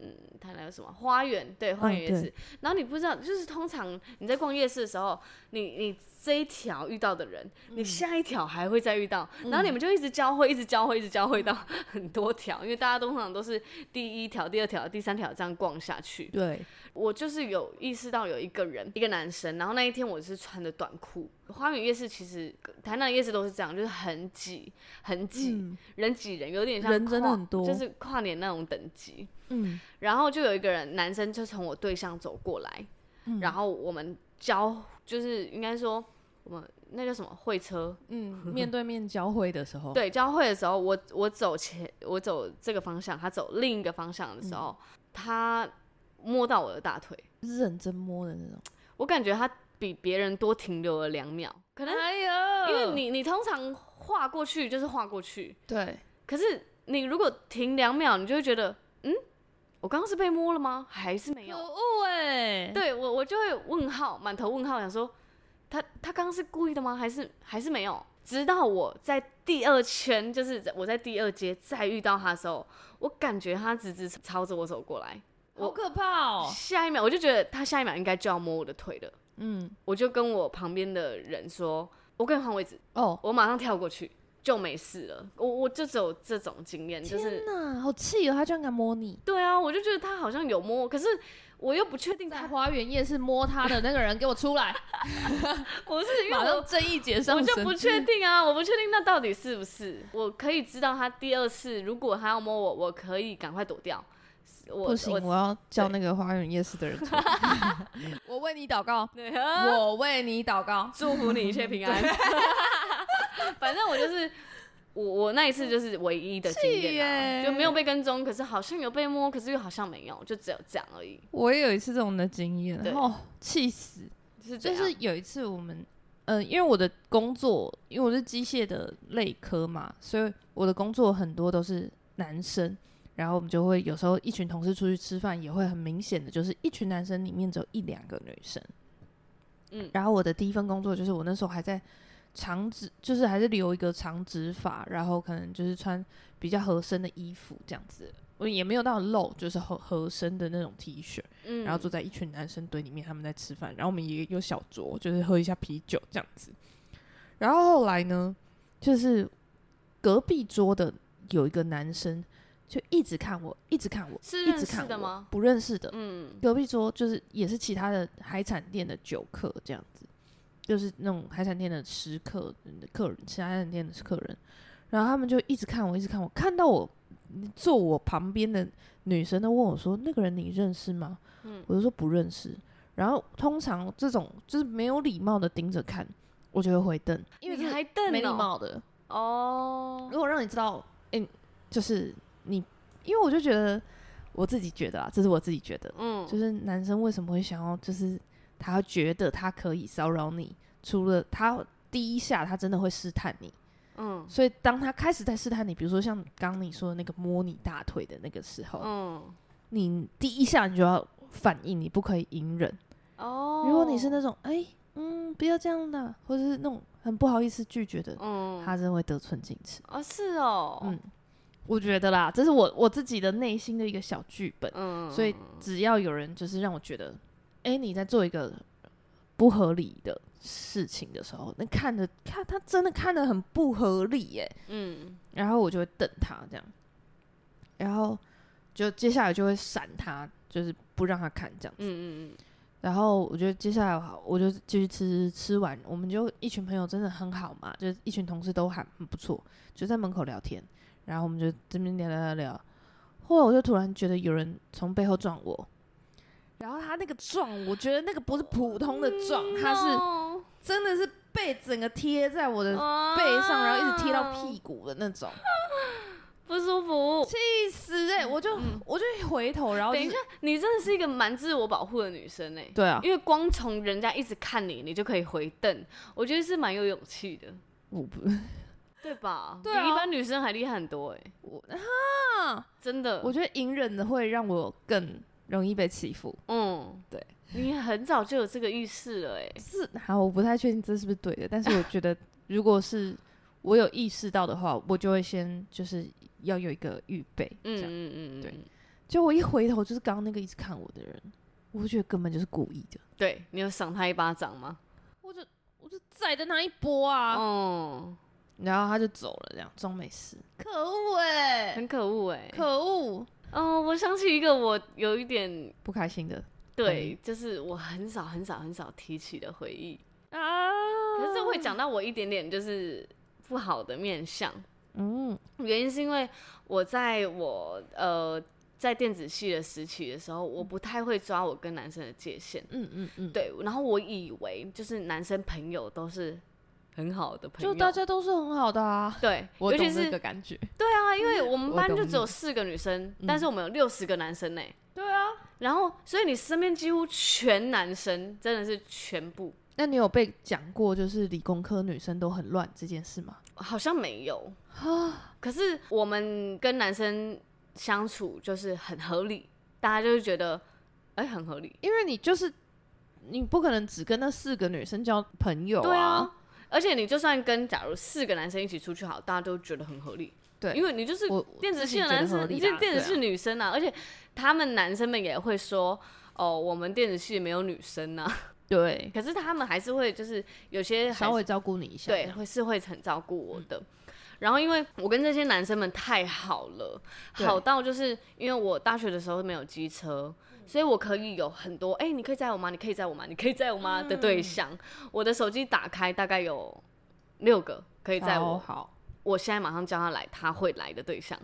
A: 嗯台南有什么花园？对，花
C: 嗯
A: 园夜
C: 对
A: 市。然后你不知道，就是通常你在逛夜市的时候，你你这一条遇到的人，
C: 嗯
A: 你下一条还会再遇到，然后你们就一直交汇，一直交汇，一直交汇到很多条，因为大家通常都是第一条、第二条、第三条这样逛下去。
C: 对，
A: 我就是有意识到有一个人，一个男生，然后那一天我是穿的短裤。花园夜市其实台南的夜市都是这样，就是很挤，很挤，
C: 嗯
A: 人挤人，有点像
C: 人真的
A: 跨
C: 很多
A: 就是跨年那种等级。
C: 嗯，
A: 然后就有一个人，男生就从我对象走过来，
C: 嗯
A: 然后我们交，就是应该说我们那叫什么会车，
B: 嗯，面对面交汇的时候，
C: 哦
A: 对，交汇的时候，我我走前，我走这个方向，他走另一个方向的时候，
C: 嗯
A: 他摸到我的大腿，
C: 是认真摸的那种。
A: 我感觉他比别人多停留了两秒，可能
B: 哎
A: 因
B: 呦
A: 为你你通常划过去就是划过去，
B: 对
A: 可是你如果停两秒，你就会觉得，嗯，我刚刚是被摸了吗？还是没
B: 可
A: 有？
B: 恶哎，
A: 对我我就会问号，满头问号，想说他他刚刚是故意的吗？还是还是没有？直到我在第二圈，就是我在第二街再遇到他的时候，我感觉他直直朝着我走过来，我
B: 好可怕哦，
A: 下一秒我就觉得他下一秒应该就要摸我的腿了，
B: 嗯
A: 我就跟我旁边的人说，我跟你换位置，
B: 哦，
A: 我马上跳过去就没事了。我我就只有这种经验，就是
B: 天哪，好气哦，他居然敢摸你。
A: 对啊，我就觉得他好像有摸，可是我又不确定
B: 在
A: 他
B: 花园夜市摸他的那个人，给我出来！
A: 不是，因为
B: 马
A: 我
B: 上正义节上
A: 我就
B: 身
A: 不确定啊，我不确定那到底是不是。我可以知道他第二次如果他要摸我，我可以赶快躲掉。我
B: 不行，
A: 我
B: 我要叫
A: 对
B: 那个花园夜市的人 出来。我为你祷告，
A: 对啊
B: 我为你祷告。
A: 祝福你一切平安。 反正我就是我，我那一次就是唯一的经验、啊，
B: 气耶
A: 就没有被跟踪，可是好像有被摸，可是又好像没有，就只有这样而已。
B: 我也有一次这种的经验，
A: 对
B: 哦，气死！
A: 就是这
B: 就
A: 样
B: 是有一次我们，嗯、
C: 呃
B: 因为我的工作，因为我是机械的类科嘛，所以我的工作很多都是男生。然后我们就会有时候一群同事出去吃饭，也会很明显的，就是一群男生里面只有一两个女生。
A: 嗯
C: 然后我的第一份工作就是我那时候还在长直，就是还是留一个长直发，然后可能就是穿比较合身的衣服这样子，我也没有到很露，就是合合身的那种 T 恤，
A: 嗯，
C: 然后坐在一群男生堆里面，他们在吃饭，然后我们也有小酌，就是喝一下啤酒这样子。然后后来呢，就是隔壁桌的有一个男生，就一直看我，一直看我，
A: 是
C: 一
A: 认
C: 直
A: 识
C: 看
A: 的
C: 我
A: 吗？
C: 不认识的，
A: 嗯
C: 隔壁桌就是也是其他的海产店的酒客这样子，就是那种海产店的食客嗯客人，其他海产店的客人，然后他们就一直看我，一直看我，看到我嗯坐我旁边的女生都问我说：“那个人你认识吗？”
A: 嗯
C: 我就说不认识。然后通常这种就是没有礼貌的盯着看，我就会回瞪，因为
A: 你
C: 这
A: 还瞪
C: 没礼
A: 哦
C: 貌的。
A: 哦
C: 如，果让你知道，哎、就是你，因为我就觉得我自己觉得啊，这是我自己觉得，
A: 嗯，
C: 就是男生为什么会想要，就是他觉得他可以骚扰你，除了他第一下他真的会试探你，
A: 嗯
C: 所以当他开始在试探你，比如说像刚刚你说的那个摸你大腿的那个时候，
A: 嗯
C: 你第一下你就要反应，你不可以隐忍。
A: 哦，
C: 如果你是那种哎、嗯不要这样的，或者是那种很不好意思拒绝的，
A: 嗯，
C: 他真的会得寸进尺。
A: 哦是哦，
C: 嗯，我觉得啦，这是我我自己的内心的一个小剧本。
A: 嗯，
C: 所以只要有人就是让我觉得，哎、你在做一个不合理的事情的时候，那看着看他真的看得很不合理耶、
A: 嗯
C: 然后我就会瞪他这样，然后就接下来就会闪他，就是不让他看这样
A: 嗯
C: 子。
A: 嗯嗯
C: 然后我觉得接下来我就继续吃，吃完我们就一群朋友真的很好嘛，就是一群同事都还很不错，就在门口聊天，然后我们就这边聊聊聊聊，后来我就突然觉得有人从背后撞我，然后他那个撞，我觉得那个不是普通的撞，他是
A: 哦
C: 真的是被整个贴在我的
A: 哇
C: 呃背上，然后一直贴到屁股的那种，
A: 啊不舒服。
C: 气死哎、我就、我就回头，哦然后、就
A: 欸嗯等一
C: 是
A: 下，你真的是一个蛮自我保护的女生哎，
C: 对啊，
A: 因为光从人家一直看你，你就可以回瞪，我觉得是蛮有勇气的，
C: 我 不
A: 对吧？
C: 对啊
A: 比一般女生还厉害很多哎，
C: 我 啊。
A: 真的。
C: 我觉得隐忍的会让我更容易被欺负。
A: 嗯，
C: 对，
A: 你很早就有这个意识了哎，
C: 是，好，我不太确定这是不是对的，但是我觉得 如果是我有意识到的话，我就会先就是要有一个预备。
A: 嗯
C: 嗯，这样
A: 嗯嗯嗯，
C: 对就我一回头就是刚刚那个一直看我的人，我就觉得根本就是故意的，
A: 对你有赏他一巴掌吗？
C: 我就我就宰的那一波啊，
A: 哦，
C: 然后他就走了，这样装没事。可恶哎、
A: 很可恶哎。
C: 可恶，
A: 哦，我想起一个我有一点
C: 不开心的嗯
A: 对，就是我很少很少很少提起的回忆，
C: 啊，
A: 可是会讲到我一点点就是不好的面相。
C: 嗯
A: 原因是因为我在我呃在电子系的时期的时候，我不太会抓我跟男生的界限。
C: 嗯嗯嗯，，
A: 对，然后我以为就是男生朋友都是很好的朋友，
C: 就大家都是很好的啊，
A: 对，
C: 我
A: 尤
C: 懂
A: 其
C: 这
A: 是
C: 个感觉。
A: 对啊，因为我们
C: 嗯我
A: 班
C: 懂
A: 就只有
C: 你
A: 四个女生，
C: 嗯
A: 但是我们有六十个男生呢、
C: 对啊，
A: 然后，所以你身边几乎全男生，真的是全部，
C: 那你有被讲过就是理工科女生都很乱这件事吗？
A: 好像没有。
C: 啊，
A: 可是我们跟男生相处就是很合理，大家就会觉得，哎、很合理。
C: 因为你就是你不可能只跟那四个女生交朋友
A: 对
C: 啊，
A: 啊，而且你就算跟假如四个男生一起出去好，大家都觉得很合理。
C: 对
A: 因为你就是
C: 我
A: 电子系的男
C: 我
A: 生，
C: 自己
A: 你
C: 觉
A: 是
C: 得合理啦
A: 电子系
C: 对
A: 的女生啊，而且他们男生们也会说，哦，我们电子系没有女生啊。
C: 对，
A: 可是他们还是会就是有些还
C: 稍
A: 是
C: 微嗯照顾你一下，
A: 对，会是会很照顾我的。然后因为我跟这些男生们太好了，
C: 对
A: 好到就是因为我大学的时候没有机车，
C: 嗯
A: 所以我可以有很多哎、你可以载我吗？你可以载我吗？你可以载我吗？
C: 嗯
A: 的对象，我的手机打开大概有六个可以
C: 这
A: 载
C: 样
A: 我
C: 超，好，
A: 我现在马上叫他来，他会来的对 象，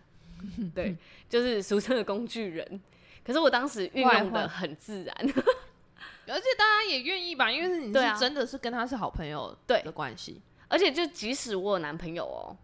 A: 对，就是俗称的工具人。可是我当时运
C: 坏
A: 用
C: 坏
A: 的很自然，
C: 而且大家也愿意吧，因为是你
A: 对啊
C: 是真的是跟他是好朋友
A: 对
C: 的关系，
A: 而且就即使我有男朋友哦、
C: 嗯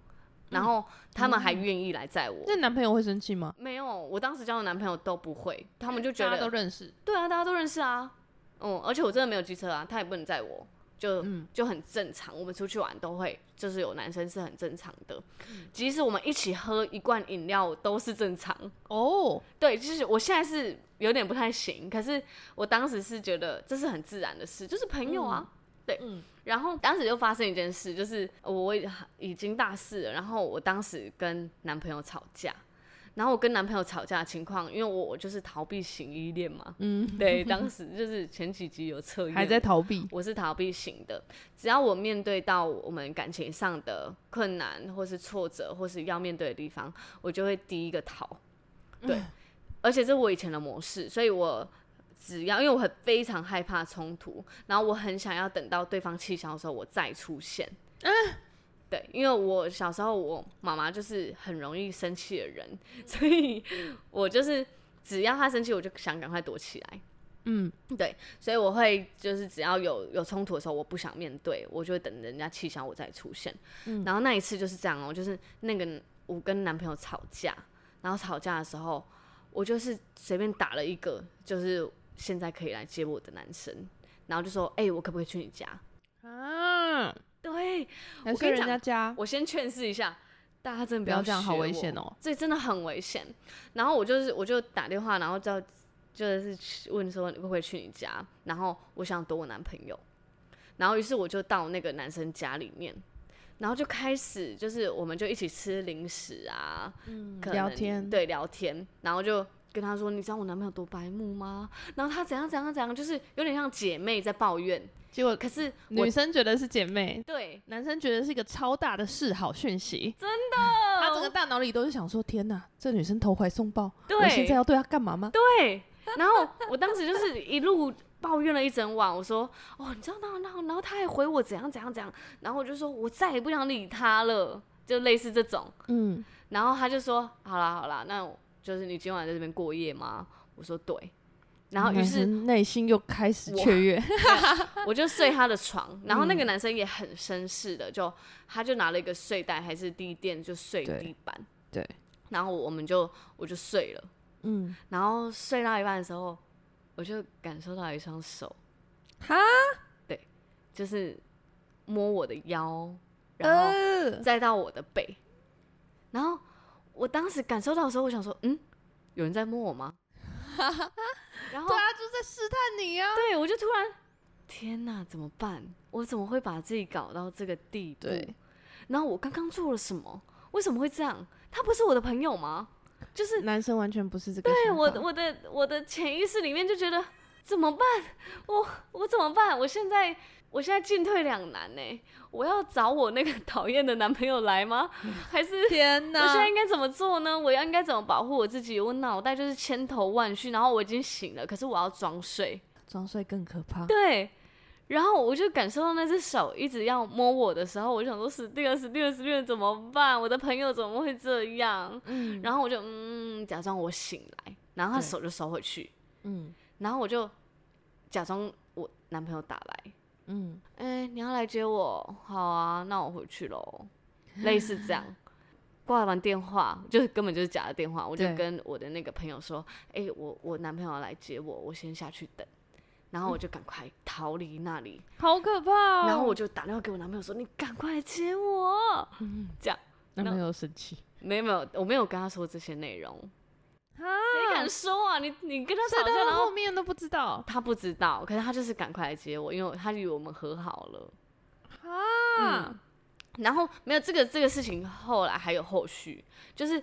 A: 然后他们还愿意来载我，
C: 那男朋友会生气吗？
A: 没有，我当时交的男朋友都不会，他们就觉
C: 大家都
A: 得
C: 认识，
A: 对啊，大家都认识啊，嗯，而且我真的没有机车啊，他也不能载我，就、
C: 嗯
A: 就很正常。我们出去玩都会，就是有男生是很正常的，
C: 嗯
A: 即使我们一起喝一罐饮料都是正常。
C: 哦，
A: 对，就是我现在是有点不太行，可是我当时是觉得这是很自然的事，就是朋友啊，对，
C: 嗯
A: 然后当时就发生一件事，就是我已经大四了，然后我当时跟男朋友吵架，然后我跟男朋友吵架的情况，因为我我就是逃避型依恋嘛，
C: 嗯，
A: 对，当时就是前几集有测验，
C: 还在逃避，
A: 我是逃避型的，只要我面对到我们感情上的困难，或是挫折，或是要面对的地方，我就会第一个逃。对，而且这是我以前的模式，所以我只要因为我很非常害怕冲突，然后我很想要等到对方气消的时候我再出现。对，因为我小时候我妈妈就是很容易生气的人， 所以我就是只要她生气，我就想赶快躲起来。
C: 嗯，
A: 对，所以我会就是只要有有冲突的时候，我不想面对，我就会等人家气消我再出现。然后那一次就是这样哦、就是那个我跟男朋友吵架，然后吵架的时候，我就是随便打了一个，就是现在可以来接我的男生，然后就说，哎、我可不可以去你家？
C: 啊，
A: 对
C: 还
A: 我跟
C: 睡
A: 你
C: 人
A: 讲
C: 家家，
A: 我先劝示一下。大家真的
C: 不要这
A: 这样，
C: 样，好危险哦。
A: 这真的很危险。然后我就是我就打电话，然后叫就是去问说你会不会去你家，然后我想躲我男朋友，然后于是我就到那个男生家里面，然后就开始就是我们就一起吃零食啊，嗯，
C: 聊天
A: 对聊天，然后就。跟他说，你知道我男朋友多白目吗？然后他怎样怎样怎样，就是有点像姐妹在抱怨。
C: 结果
A: 可是我
C: 女生觉得是姐妹，
A: 对，
C: 男生觉得是一个超大的示好讯息，他整个大脑里都是想说：天哪，这女生投怀送抱，
A: 对
C: 我现在要对她干嘛吗？
A: 对，然后我当时就是一路抱怨了一整晚，我说哦，你知道，然后然后然后他还回我怎样怎样怎样，然后我就说我再也不想理他了，就类似这种。
C: 嗯，
A: 然后他就说好啦好啦，那我就是你今晚在这边过夜吗？我说对。然后于
C: 男
A: 是
C: 生内心又开始
A: 我
C: 雀跃，
A: 我就睡他的床，然后那个
C: 嗯
A: 男生也很绅士的，就他就拿了一个睡袋还是地垫就睡
C: 对
A: 地板，
C: 对，
A: 然后我们就我就睡了，
C: 嗯，
A: 然后睡到一半的时候，我就感受到一双手
C: 哈，
A: 就是摸我的腰， 然后
C: 呃，
A: 再到我的背，然后我当时感受到的时候，我想说，嗯，有人在摸我 吗？然后
C: 对啊，就在试探你啊，
A: 对我就突然，天哪，怎么办？我怎么会把自己搞到这个地步？
C: 对，
A: 然后我刚刚做了什么？为什么会这样？他不是我的朋友吗？就是
C: 男生完全不是这个
A: 对
C: 想
A: 我
C: 法
A: 的我的我的潜意识里面就觉得怎么办？我我怎么办？我现在我现在进退两难呢、我要找我那个 讨厌的男朋友来吗？还是
C: 天
A: 我
C: 哪，
A: 现在应该怎么做呢？我要应该怎么保护我自己？我脑袋就是千头万绪，然后我已经醒了，可是我要装睡。
B: 装睡更可怕。
A: 对。然后我就感受到那只手一直要摸我的时候，我就想说死定了，死定了，死定了，怎么办？我的朋友怎么会这样？
C: 嗯
A: 然后我就嗯，假装我醒来，然后他
C: 对
A: 手就收回去，
C: 嗯
A: 然后我就假装我男朋友打来，
C: 嗯，
A: 哎、你要来接我？好啊，那我回去喽。 类似这样，挂完电话就是根本就是假的电话，我就
C: 对
A: 跟我的那个朋友说，哎、我我男朋友要来接我，我先下去等。然后我就赶快逃离那里，
C: 好可怕 哦。
A: 然后我就打电话给我男朋友说：“你赶快来接我。然
C: 男朋友生气，”
A: 没有没有，我没有跟他说这些内容，
C: 啊，
A: 谁敢说啊？你你跟他
C: 所以
A: 吵架，
C: 到
A: 然
C: 了
A: 后
C: 后面都不知道
A: 他不知道，可是他就是赶快来接我，因为他以为我们和好了。
C: 啊，
A: 然后没有这个这个事情，后来还有后续，就是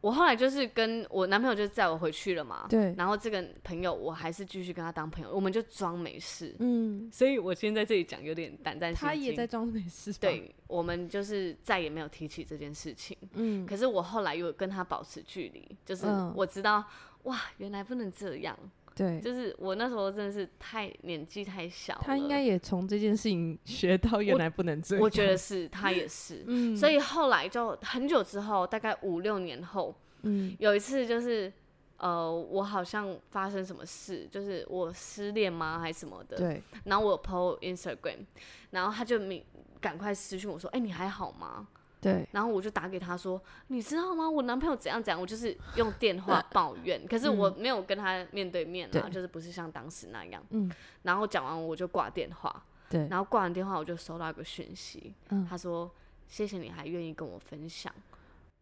A: 我后来就是跟我男朋友就载我回去了嘛，
B: 对，
A: 然后这个朋友我还是继续跟他当朋友，我们就装没事。
B: 嗯，
A: 所以我今天在这里讲有点胆战心惊。
B: 他也在装没事。，
A: 对，我们就是再也没有提起这件事情。
B: 嗯，
A: 可是我后来又跟他保持距离，就是
B: 嗯
A: 我知道、哇，原来不能这样。
B: 对，
A: 就是我那时候真的是太年纪太小了，
B: 他应该也从这件事情学到原来不能这样。
A: 我觉得是，他也是。
B: 嗯，
A: 所以后来就很久之后，大概五六年后，
B: 嗯
A: 有一次就是，呃，我好像发生什么事，就是我失恋吗还是什么的，
B: 对，
A: 然后我 PO Instagram，然后他就明赶快私讯我说，哎、你还好吗？
B: 对，
A: 然后我就打给他说，你知道吗？我男朋友怎样怎样，我就是用电 话抱怨，可是我没有跟他面对面啊，
B: 嗯对
A: 就是不是像当时那样。
B: 嗯，
A: 然后讲完我就挂电话，
B: 对
A: 然后挂完电话我就收到一个讯息，
B: 嗯
A: 他说谢谢你还愿意跟我分享，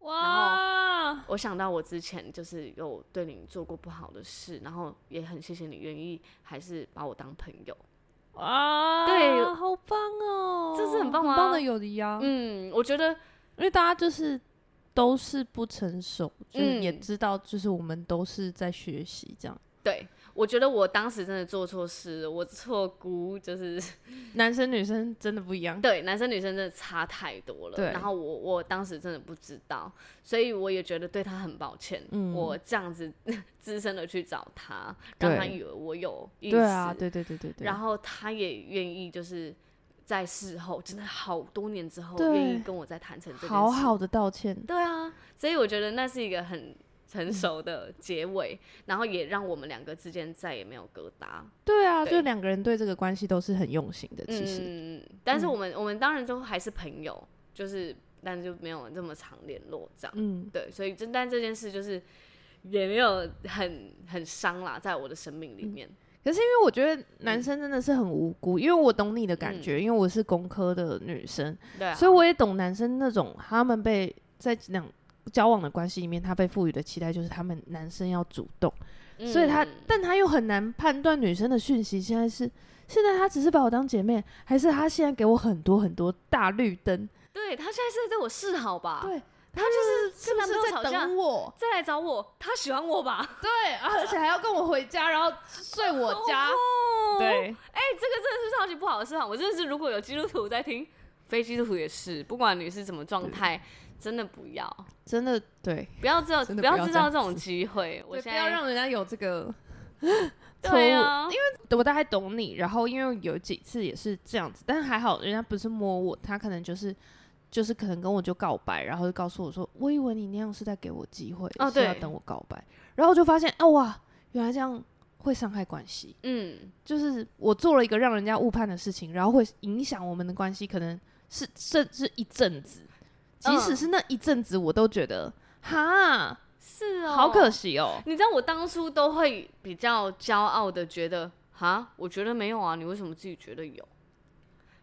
C: 哇，
A: 我想到我之前就是有对你做过不好的事，然后也很谢谢你愿意还是把我当朋友。
C: 啊，
A: 对
C: 好棒哦，
A: 这是很棒
C: 很
A: 吗
C: 棒的友谊
B: 哦
C: 啊，
A: 嗯，我觉得
C: 因为大家就是都是不成熟，就是
A: 嗯
C: 也知道，就是我们都是在学习这样。
A: 对，我觉得我当时真的做错事了，我错估就是，
C: 男生女生真的不一样
A: 对男生女生真的差太多了。
C: 对
A: 然后我我当时真的不知道，所以我也觉得对他很抱歉。
C: 嗯
A: 我这样子 资深的去找他，让他
C: 对
A: 以为我有意思。
C: 对啊，对对对对对。
A: 然后他也愿意就是。在事后，真的好多年之后，
C: 对
A: 愿意跟我再谈成这件事，
C: 好好的道歉，
A: 对啊，所以我觉得那是一个很成熟的结尾，然后也让我们两个之间再也没有疙瘩。
C: 对啊，
A: 对
C: 就两个人对这个关系都是很用心的，其实。
A: 嗯，但是我们、我们当然都还是朋友，就是但就没有这么常联络这样。
C: 嗯，
A: 对，所以这但这件事就是也没有很很伤啦，在我的生命
C: 嗯
A: 里面。
C: 可是因为我觉得男生真的是很无辜，因为我懂你的感觉，因为我是工科的女生，
A: 对啊，
C: 所以我也懂男生那种他们被在两交往的关系里面，他被赋予的期待就是他们男生要主动，
A: 嗯
C: 所以他，但他又很难判断女生的讯息。现在是，现在他只是把我当姐妹，还是他现在给我很多很多大绿灯？
A: 对他现在是在对我示好吧？
C: 对，他就是是
A: 跟
C: 不
A: 男朋友
C: 是
A: 吵
C: 在
A: 架
C: 等我？
A: 再来找我，他喜欢我 吧？
C: 对，啊而且还要跟我回家，然后睡我 家。
A: 哦，
C: 对，
A: 哎、这个真的是超级不好的示好。我真的是，如果有基督徒在听，非基督徒也是，不管你是什么状态，真的不要，
C: 真的对，
A: 不要知道，
C: 真的
A: 不
C: 不要
A: 要制
C: 这
A: 造
C: 样
A: 这种机会。我
C: 对
A: 现
C: 不
A: 在
C: 要让人家有这个错
A: 对
C: 误。
A: 啊，因为
C: 我大概懂你，然后因为有几次也是这样子，但还好人家不是摸我，他可能就是。就是可能跟我就告白，然后就告诉我说，我以为你那样是在给我机会，
A: 哦
C: 是要
A: 对
C: 等我告白，然后我就发现，啊哇，原来这样会伤害关系，
A: 嗯，
C: 就是我做了一个让人家误判的事情，然后会影响我们的关系，可能是甚至一阵子，即使
A: 嗯
C: 是那一阵子，我都觉得哈，
A: 是哦，
C: 好可惜哦，
A: 你知道我当初都会比较骄傲的觉得，哈，我觉得没有啊，你为什么自己觉得有？
C: 嗯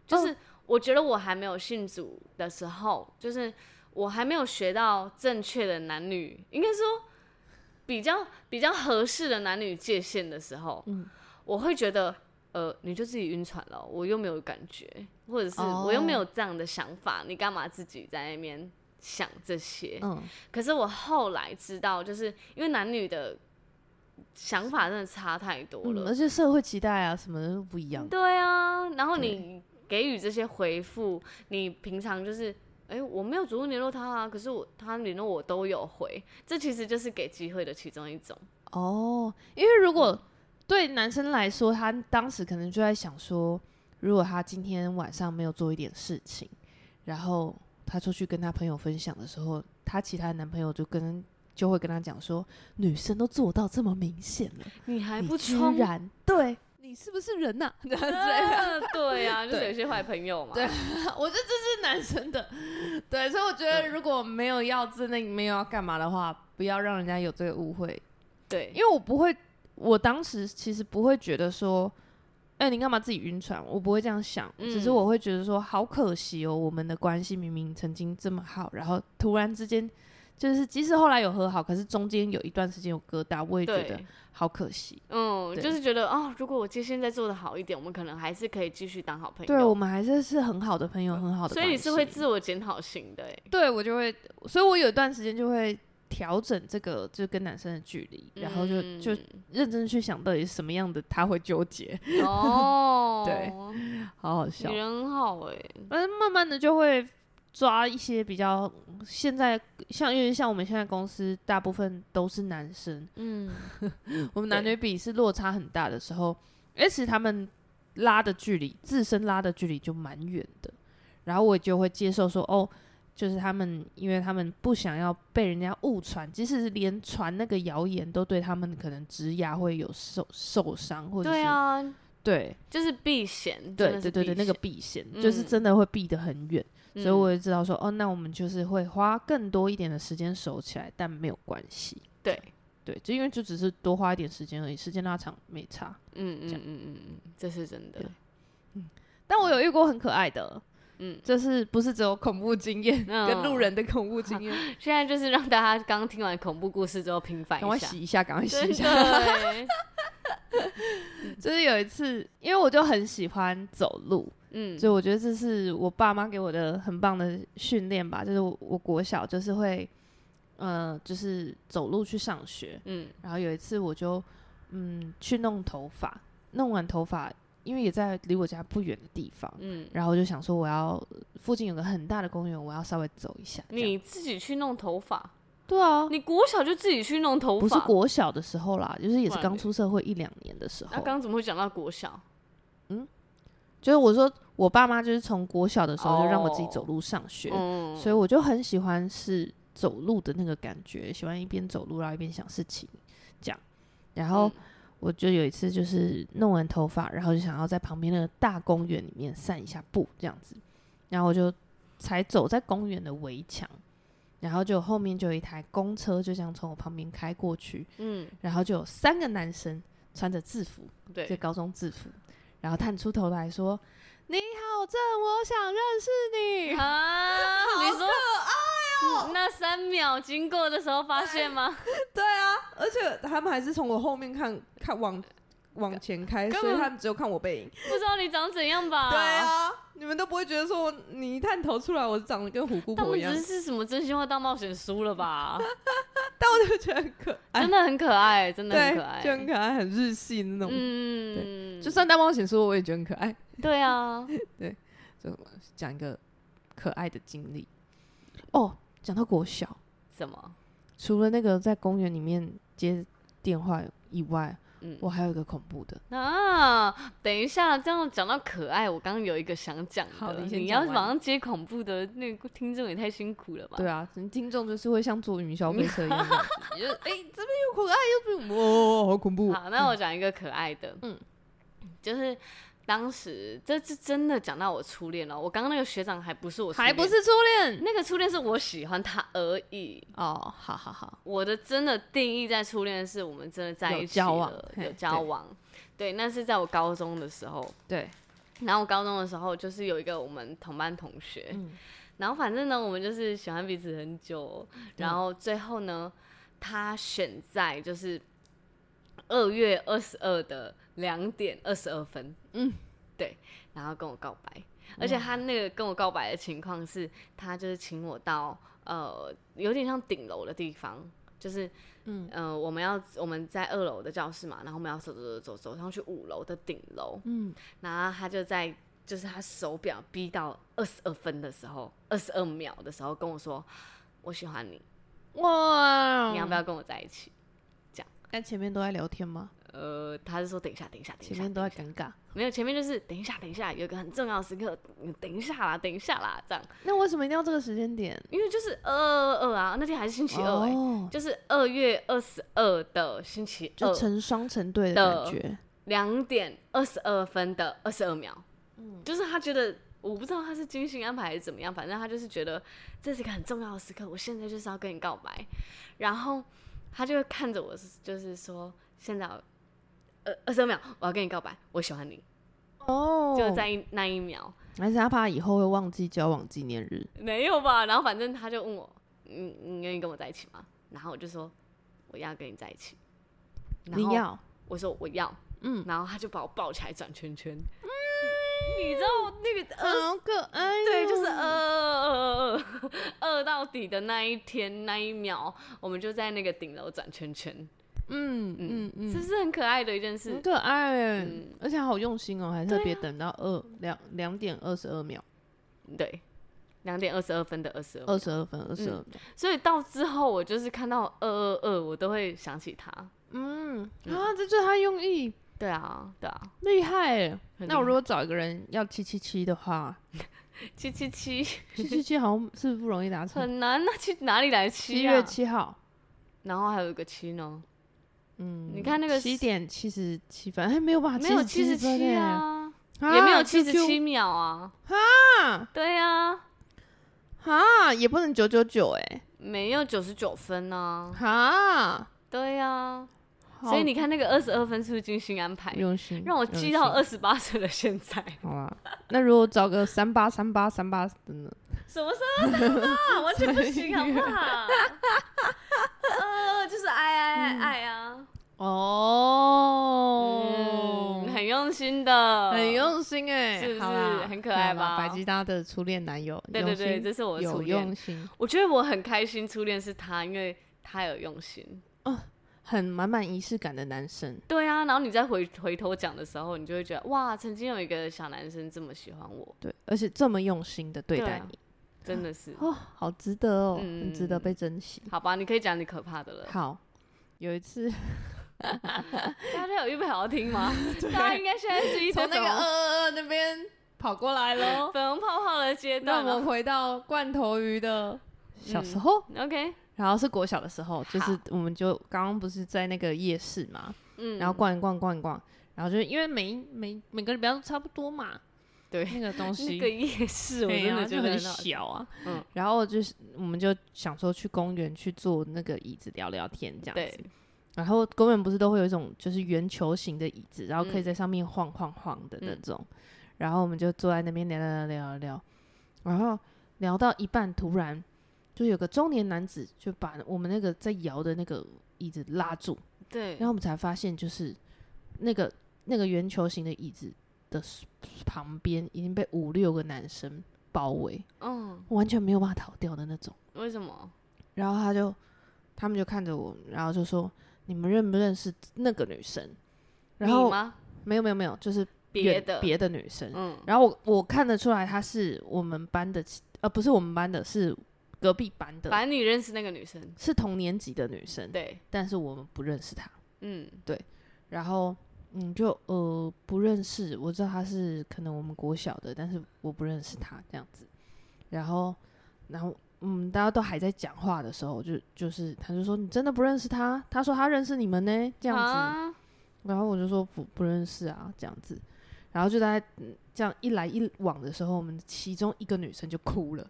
A: 就是我觉得我还没有信主的时候，就是我还没有学到正确的男女，应该说比较比较合适的男女界限的时候，
C: 嗯
A: 我会觉得。呃，你就自己晕船了，我又没有感觉，或者是
C: 哦
A: 我又没有这样的想法你干嘛自己在那边想这些？
C: 嗯，
A: 可是我后来知道，就是因为男女的想法真的差太多
C: 嗯
A: 了。
C: 而且社会期待啊什么都不一样，
A: 对啊，然后你给予这些回复，你平常就是，哎、我没有主动联络他啊，可是我他联络我都有回，这其实就是给机会的其中一种。
C: 哦，因为如果对男生来说，他当时可能就在想说，如果他今天晚上没有做一点事情，然后他出去跟他朋友分享的时候，他其他的男朋友就跟就会跟他讲说，女生都做到这么明显了，
A: 你还
C: 你
A: 不
C: 居
A: 冲？
C: 然对你是不是人呐、这样之类的
A: 啊对 啊，就是
C: 对
A: 有些坏朋友嘛。
C: 对啊我觉得这是男生的，对，所以我觉得如果没有要真的没有要干嘛的话，不要让人家有这个误会，
A: 对
C: 因，为我不会，我当时其实不会觉得说，哎、你干嘛自己晕船？我不会这样想，
A: 嗯
C: 只是我会觉得说，好可惜哦，我们的关系明明曾经这么好，然后突然之间，就是即使后来有和好，可是中间有一段时间有疙瘩，我也觉得
A: 对，
C: 好可惜。
A: 嗯，
C: 对
A: 就是觉得哦，如果我接现在做的好一点，我们可能还是可以继续当好朋友。
C: 对我们还是是很好的朋友，很好的
A: 所
C: 关
A: 以
C: 系。
A: 你是会自我检讨型的、欸，
C: 对我就会，所以我有一段时间就会调整这个，就是跟男生的距离，然后就、
A: 嗯
C: 就认真去想到底是什么样的他会纠结，
A: 嗯哦，
C: 对好好笑
A: 女。人很好哎、
C: 反正慢慢的就会抓一些比较嗯现在像，因为像我们现在公司大部分都是男生，
A: 嗯，
C: 我们男女比是落差很大的时候，而且他们拉的距离，自身拉的距离就蛮远的，然后我就会接受说，哦，就是他们，因为他们不想要被人家误传，即使是连传那个谣言都对他们可能职涯会有受受伤，或者是
A: 对啊，
C: 对
A: 就是避嫌，真
C: 对
A: 的
C: 对
A: 是
C: 对对，
A: 避
C: 那个
A: 嫌，
C: 避嫌、就是
A: 嗯
C: 真的会避得很远。所以
A: 嗯
C: 我也知道说，哦，那我们就是会花更多一点的时间熟起来，但没有关系。
A: 对，
C: 对，就因为就只是多花一点时间而已，时间拉长没差。
A: 嗯嗯
C: 这
A: 嗯
C: 样
A: 嗯嗯嗯，这是真的
C: 对，但我有遇过很可爱的，
A: 嗯，
C: 就是不是只有恐怖经验、
A: 嗯
C: 跟路人的恐怖经验，
A: 现在就是让大家刚听完恐怖故事之后平反
C: 赶快
A: 一下，
C: 洗一下，赶快洗
A: 真
C: 一
A: 的
C: 下。
A: 欸
C: 就是有一次，因为我就很喜欢走路，
A: 嗯，
C: 所以我觉得这是我爸妈给我的很棒的训练吧。就是我我国小就是会，呃，就是走路去上学。
A: 嗯
C: 然后有一次我就嗯去弄头发，弄完头发，因为也在离我家不远的地方，
A: 嗯，
C: 然后我就想说我要附近有个很大的公园，我要稍微走一下。这样
A: 你自己去弄头发，
C: 对啊，
A: 你国小就自己去弄头
C: 不是
A: 发，
C: 国小的时候啦，就是也
A: 不
C: 是
A: 然
C: 刚
A: 嘞
C: 出社会一两年的时
A: 那
C: 候，
A: 刚怎么会讲到国小？
C: 就是我说我爸妈就是从国小的时候就让我自己走路上学，
A: 哦嗯，
C: 所以我就很喜欢是走路的那个感觉，喜欢一边走路然后一边想事情这样。然后
A: 嗯
C: 我就有一次就是弄完头发，然后就想要在旁边那个大公园里面散一下步这样子，然后我就才走在公园的围墙，然后就后面就有一台公车就这样从我旁边开过去，
A: 嗯，
C: 然后就有三个男生穿着制服，就
A: 对，
C: 高中制服，然后探出头来说：“你好正，我想认 识你。
A: 啊，你说
C: 哦
A: 嗯那三秒经过的时候发现吗？
B: 对啊，而且他们还是从我后面看看往往前开，
A: 根
B: 所以
A: 本
B: 他们只有看我背影。
A: 不知道你长怎样吧？
B: 对，啊，你们都不会觉得说你一探头出来，我长得跟虎姑
A: 他
B: 婆
A: 们
B: 一样
A: 只，是什么真心话大冒险输了吧？
B: 但我 就觉得很 可爱
C: 哎
A: 真，的很可爱，真的很
B: 对
A: 可，爱
B: 就，很可爱，很日系那种。
A: 嗯，
B: 就算大冒险说我也觉得很可爱。哎
A: 对啊，
C: 讲一个可爱的经历。哦，讲到国小，
A: 怎么？
C: 除了那个在公园里面接电话以外，
A: 嗯
C: 我还有一个恐怖的。
A: 啊，等一下，这样讲到可爱，我刚刚有一个想讲
C: 好
A: 的，
C: 你先
A: 你
C: 讲
A: 要
C: 完
A: 马上接恐怖的，那个听众也太辛苦了吧？
C: 对啊，听众就是会像坐云霄飞车一样，就是哎、这边又可爱又 不
B: 哦，好恐怖！
A: 好，那我讲一个可爱的，嗯
C: 嗯，
A: 就是当时这是真的讲到我初恋哦了。我刚刚那个学长还不是我初恋，
C: 还不是初恋
A: 那个初恋是我喜欢他而已。
C: 哦，好好好，
A: 我的真的定义在初恋是我们真的在一起
C: 有交往
A: 了
C: 嘿
A: 有交往，对，那是在我高中的时候。
C: 对，
A: 然后我高中的时候，就是有一个我们同班同学，
C: 嗯
A: 然后反正呢，我们就是喜欢彼此很久，
C: 对
A: 然后最后呢，他选在就是二月二十二的两点二十二分，
C: 嗯，
A: 对，然后跟我告白，而且他那个跟我告白的情况是，他就是请我到呃有点像顶楼的地方，就是
C: 嗯
A: 呃我们要我们在二楼的教室嘛，然后我们要走走走走走上去五楼的顶楼，
C: 嗯，
A: 然后他就在就是他手表逼到二十二分的时候，二十二秒的时候跟我说：“我喜欢你，
C: 哇，
A: 你要不要跟我在一起
C: 那前面都在聊天吗？？”
A: 呃，他是说等一下，等一下，等一
C: 前
A: 下，
C: 面都在
A: 等一下
C: 尴尬。
A: 没有，前面就是等一下，等一下，有一个很重要的时刻，嗯等一下啦，等一下啦，这样，
C: 那为什么一定要这个时间点？
A: 因为就是二二二啊，那天还是星期二哎、
C: 哦
A: 就是二月二十二的星期
C: 就
A: 二
C: 成双成对的感觉。
A: 两点二十二分的二十二秒，
C: 嗯
A: 就是他觉得我不知道他是精心安排还是怎么样，反正他就是觉得这是一个很重要的时刻，我现在就是要跟你告白。然后他就看着我，就是说现在我呃二十二秒，我要跟你告白，我喜欢你，
C: 哦
A: 就在一那一秒
C: 还是他怕以后会忘记交往纪念日。
A: 没有吧？然后反正他就问我，你你愿意跟我在一起吗？然后我就说我要跟你在一起。然
C: 你
A: 后
C: 要
A: 我说我要，
C: 嗯，
A: 然后他就把我抱起来转圈圈。你知道那个二
C: 好可爱哦、
A: 对，就是呃饿饿饿饿饿呃到底的那一天那一秒，我们就在那个顶楼转圈圈，
C: 嗯嗯
A: 是
C: 嗯，
A: 不是很可爱的一件事
C: 很？可爱、欸，
A: 嗯
C: 而且好用心哦、还
A: 对啊
C: 特别等到二两两点二十二秒，
A: 对，两点二十二分的二十二，
C: 二十二分二
A: 嗯
C: 十二秒。
A: 所以到之后我就是看到二二二，我都会想起他。
C: 嗯
A: 嗯
C: 啊，这就是他用意，
A: 对啊，对啊，
C: 厉害、欸。
A: 很
C: 那我
A: 厉
C: 如果找一个人要七七七的话，
A: 七七七
C: 七七七好像是不容易达成。
A: 很难，那去哪里来
C: 七
A: 七啊
C: 月？七号，
A: 然后还有一个七呢，
C: 嗯，
A: 你看那个
C: 七点七十七分，哎，没有办法，
A: 没有
C: 七
A: 七十七，啊，
C: 啊
A: 也没有七十七秒啊，
C: 啊
A: 对啊，
C: 哈，也不能九九九哎，
A: 没有九十九分啊，
C: 哈，
A: 对啊。
C: 好
A: 所以你看那个二十二分是不是精心安排，
C: 用心，
A: 让我
C: 用
A: 记到
C: 心
A: 二十八岁的现在？
C: 好啦，那如果找个三八三八三八的呢？
A: 什么三八三八，完全不行，好不 好？嗯呃，就是爱爱爱爱啊！
C: 哦，
A: 用心的，
C: 很用心
A: 嗯
C: 哎、
A: 是不是
C: 好啦
A: 很可爱
C: 没有
A: 吧
C: 啦百吉他的初恋男友，
A: 对对对，
C: 用心
A: 这是我的初
C: 有
A: 恋
C: 用。心，
A: 我觉得我很开心，初恋是他，因为他有用心。
C: 很满满仪式感的男生，
A: 对啊，然后你再回回头讲的时候，你就会觉得哇，曾经有一个小男生这么喜欢我，
C: 对，而且这么用心的对
A: 对
C: 待
A: 啊
C: 你，
A: 真的是。
C: 哦，好值得哦，
A: 嗯
C: 很值得被珍惜。
A: 好吧，你可以讲你可怕的了。
C: 好，有一次
A: 大家有预备好好听吗？大家应该现在是一
C: 从
A: 堆 粉
C: 那个
A: 红，
C: 呃呃那边跑过来喽
A: 粉红泡泡的阶
C: 那
A: 段
C: 我们
A: 了。
C: 回到罐头鱼的小时
A: 嗯
C: 候，
A: OK，
C: 然后是国小的时候，就
A: 好
C: 是我们就刚刚不是在那个夜市嘛，
A: 嗯，
C: 然后逛一逛逛一逛，然后就是因为每每每个礼拜都差不多嘛，
A: 对
C: 那个东西
A: 那个夜市，我
C: 对
A: 真
C: 啊
A: 的
C: 就
A: 觉得
C: 很
A: 好
C: 小啊。
A: 嗯
C: 然后就是我们就想说去公园去坐那个椅子聊聊天这 样
A: 对
C: 子。然后公园不是都会有一种就是圆球形的椅子，然后可以
A: 嗯
C: 在上面晃晃晃的那种。然后我们就坐在那边聊聊聊聊聊，然后聊到一半，突然就有个中年男子就把我们那个在摇的那个椅子拉住，
A: 对
C: 然后我们才发现，就是那个那个圆球形的椅子的 s- 旁边已经被五六个男生包围，
A: 嗯，
C: 完全没有办法逃掉的那种。
A: 为什么？
C: 然后他就他们就看着我，然后就说：“你们认不认识那个女生？”然
A: 你
C: 后
A: 吗？
C: 没有没有没有，就是
A: 别
C: 远
A: 的
C: 别的女生。
A: 嗯，
C: 然后我我看得出来，她是我们班的其，呃，不是我们班的，是隔壁班的，
A: 反正你认识那个女生，
C: 是同年级的女生。，
A: 对，
C: 但是我们不认识她。
A: 嗯，
C: 然后嗯，就呃不认识，我知道他是可能我们国小的，但是我不认识他这样子。然后，然后嗯，大家都还在讲话的时候，就就是他就说你真的不认识他？他说他认识你们呢，这样子。
A: 啊
C: 然后我就说不不认识啊，这样子。然后就在嗯这样一来一往的时候，我们其中一个女生就哭了，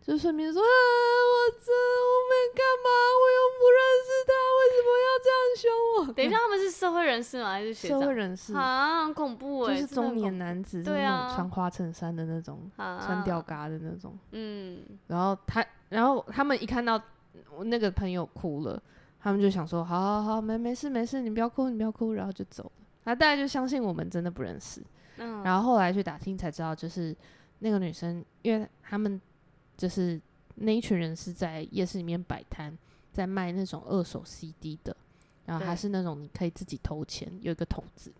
C: 就顺便说：“啊，我这我们干嘛？我又
A: 啊
C: 不认识他，为什么要这样凶我？”
A: 等一下，他们是社会人士吗？还是学
C: 社会
A: 长？
C: 人士
A: 啊，很恐怖
C: 就
A: 哎，
C: 是
A: 真的很
C: 中年
A: 恐
C: 男子，
A: 对
C: 是那
A: 啊
C: 种穿花衬衫的那种，
A: 怖啊，
C: 穿吊嘎的那种。
A: 嗯，
C: 然后他，然后他们一看到我那个朋友哭了，他们就想说：“好好好，没没事没事，你不要哭，你不要哭。”然后就走了。他大家就相信我们真的不认识。
A: 嗯，
C: 然后后来去打听才知道，就是那个女生，因为他们就是那一群人是在夜市里面摆摊，在卖那种二手 CD 的，然后
A: 对
C: 还是那种你可以自己投钱，有一个桶子，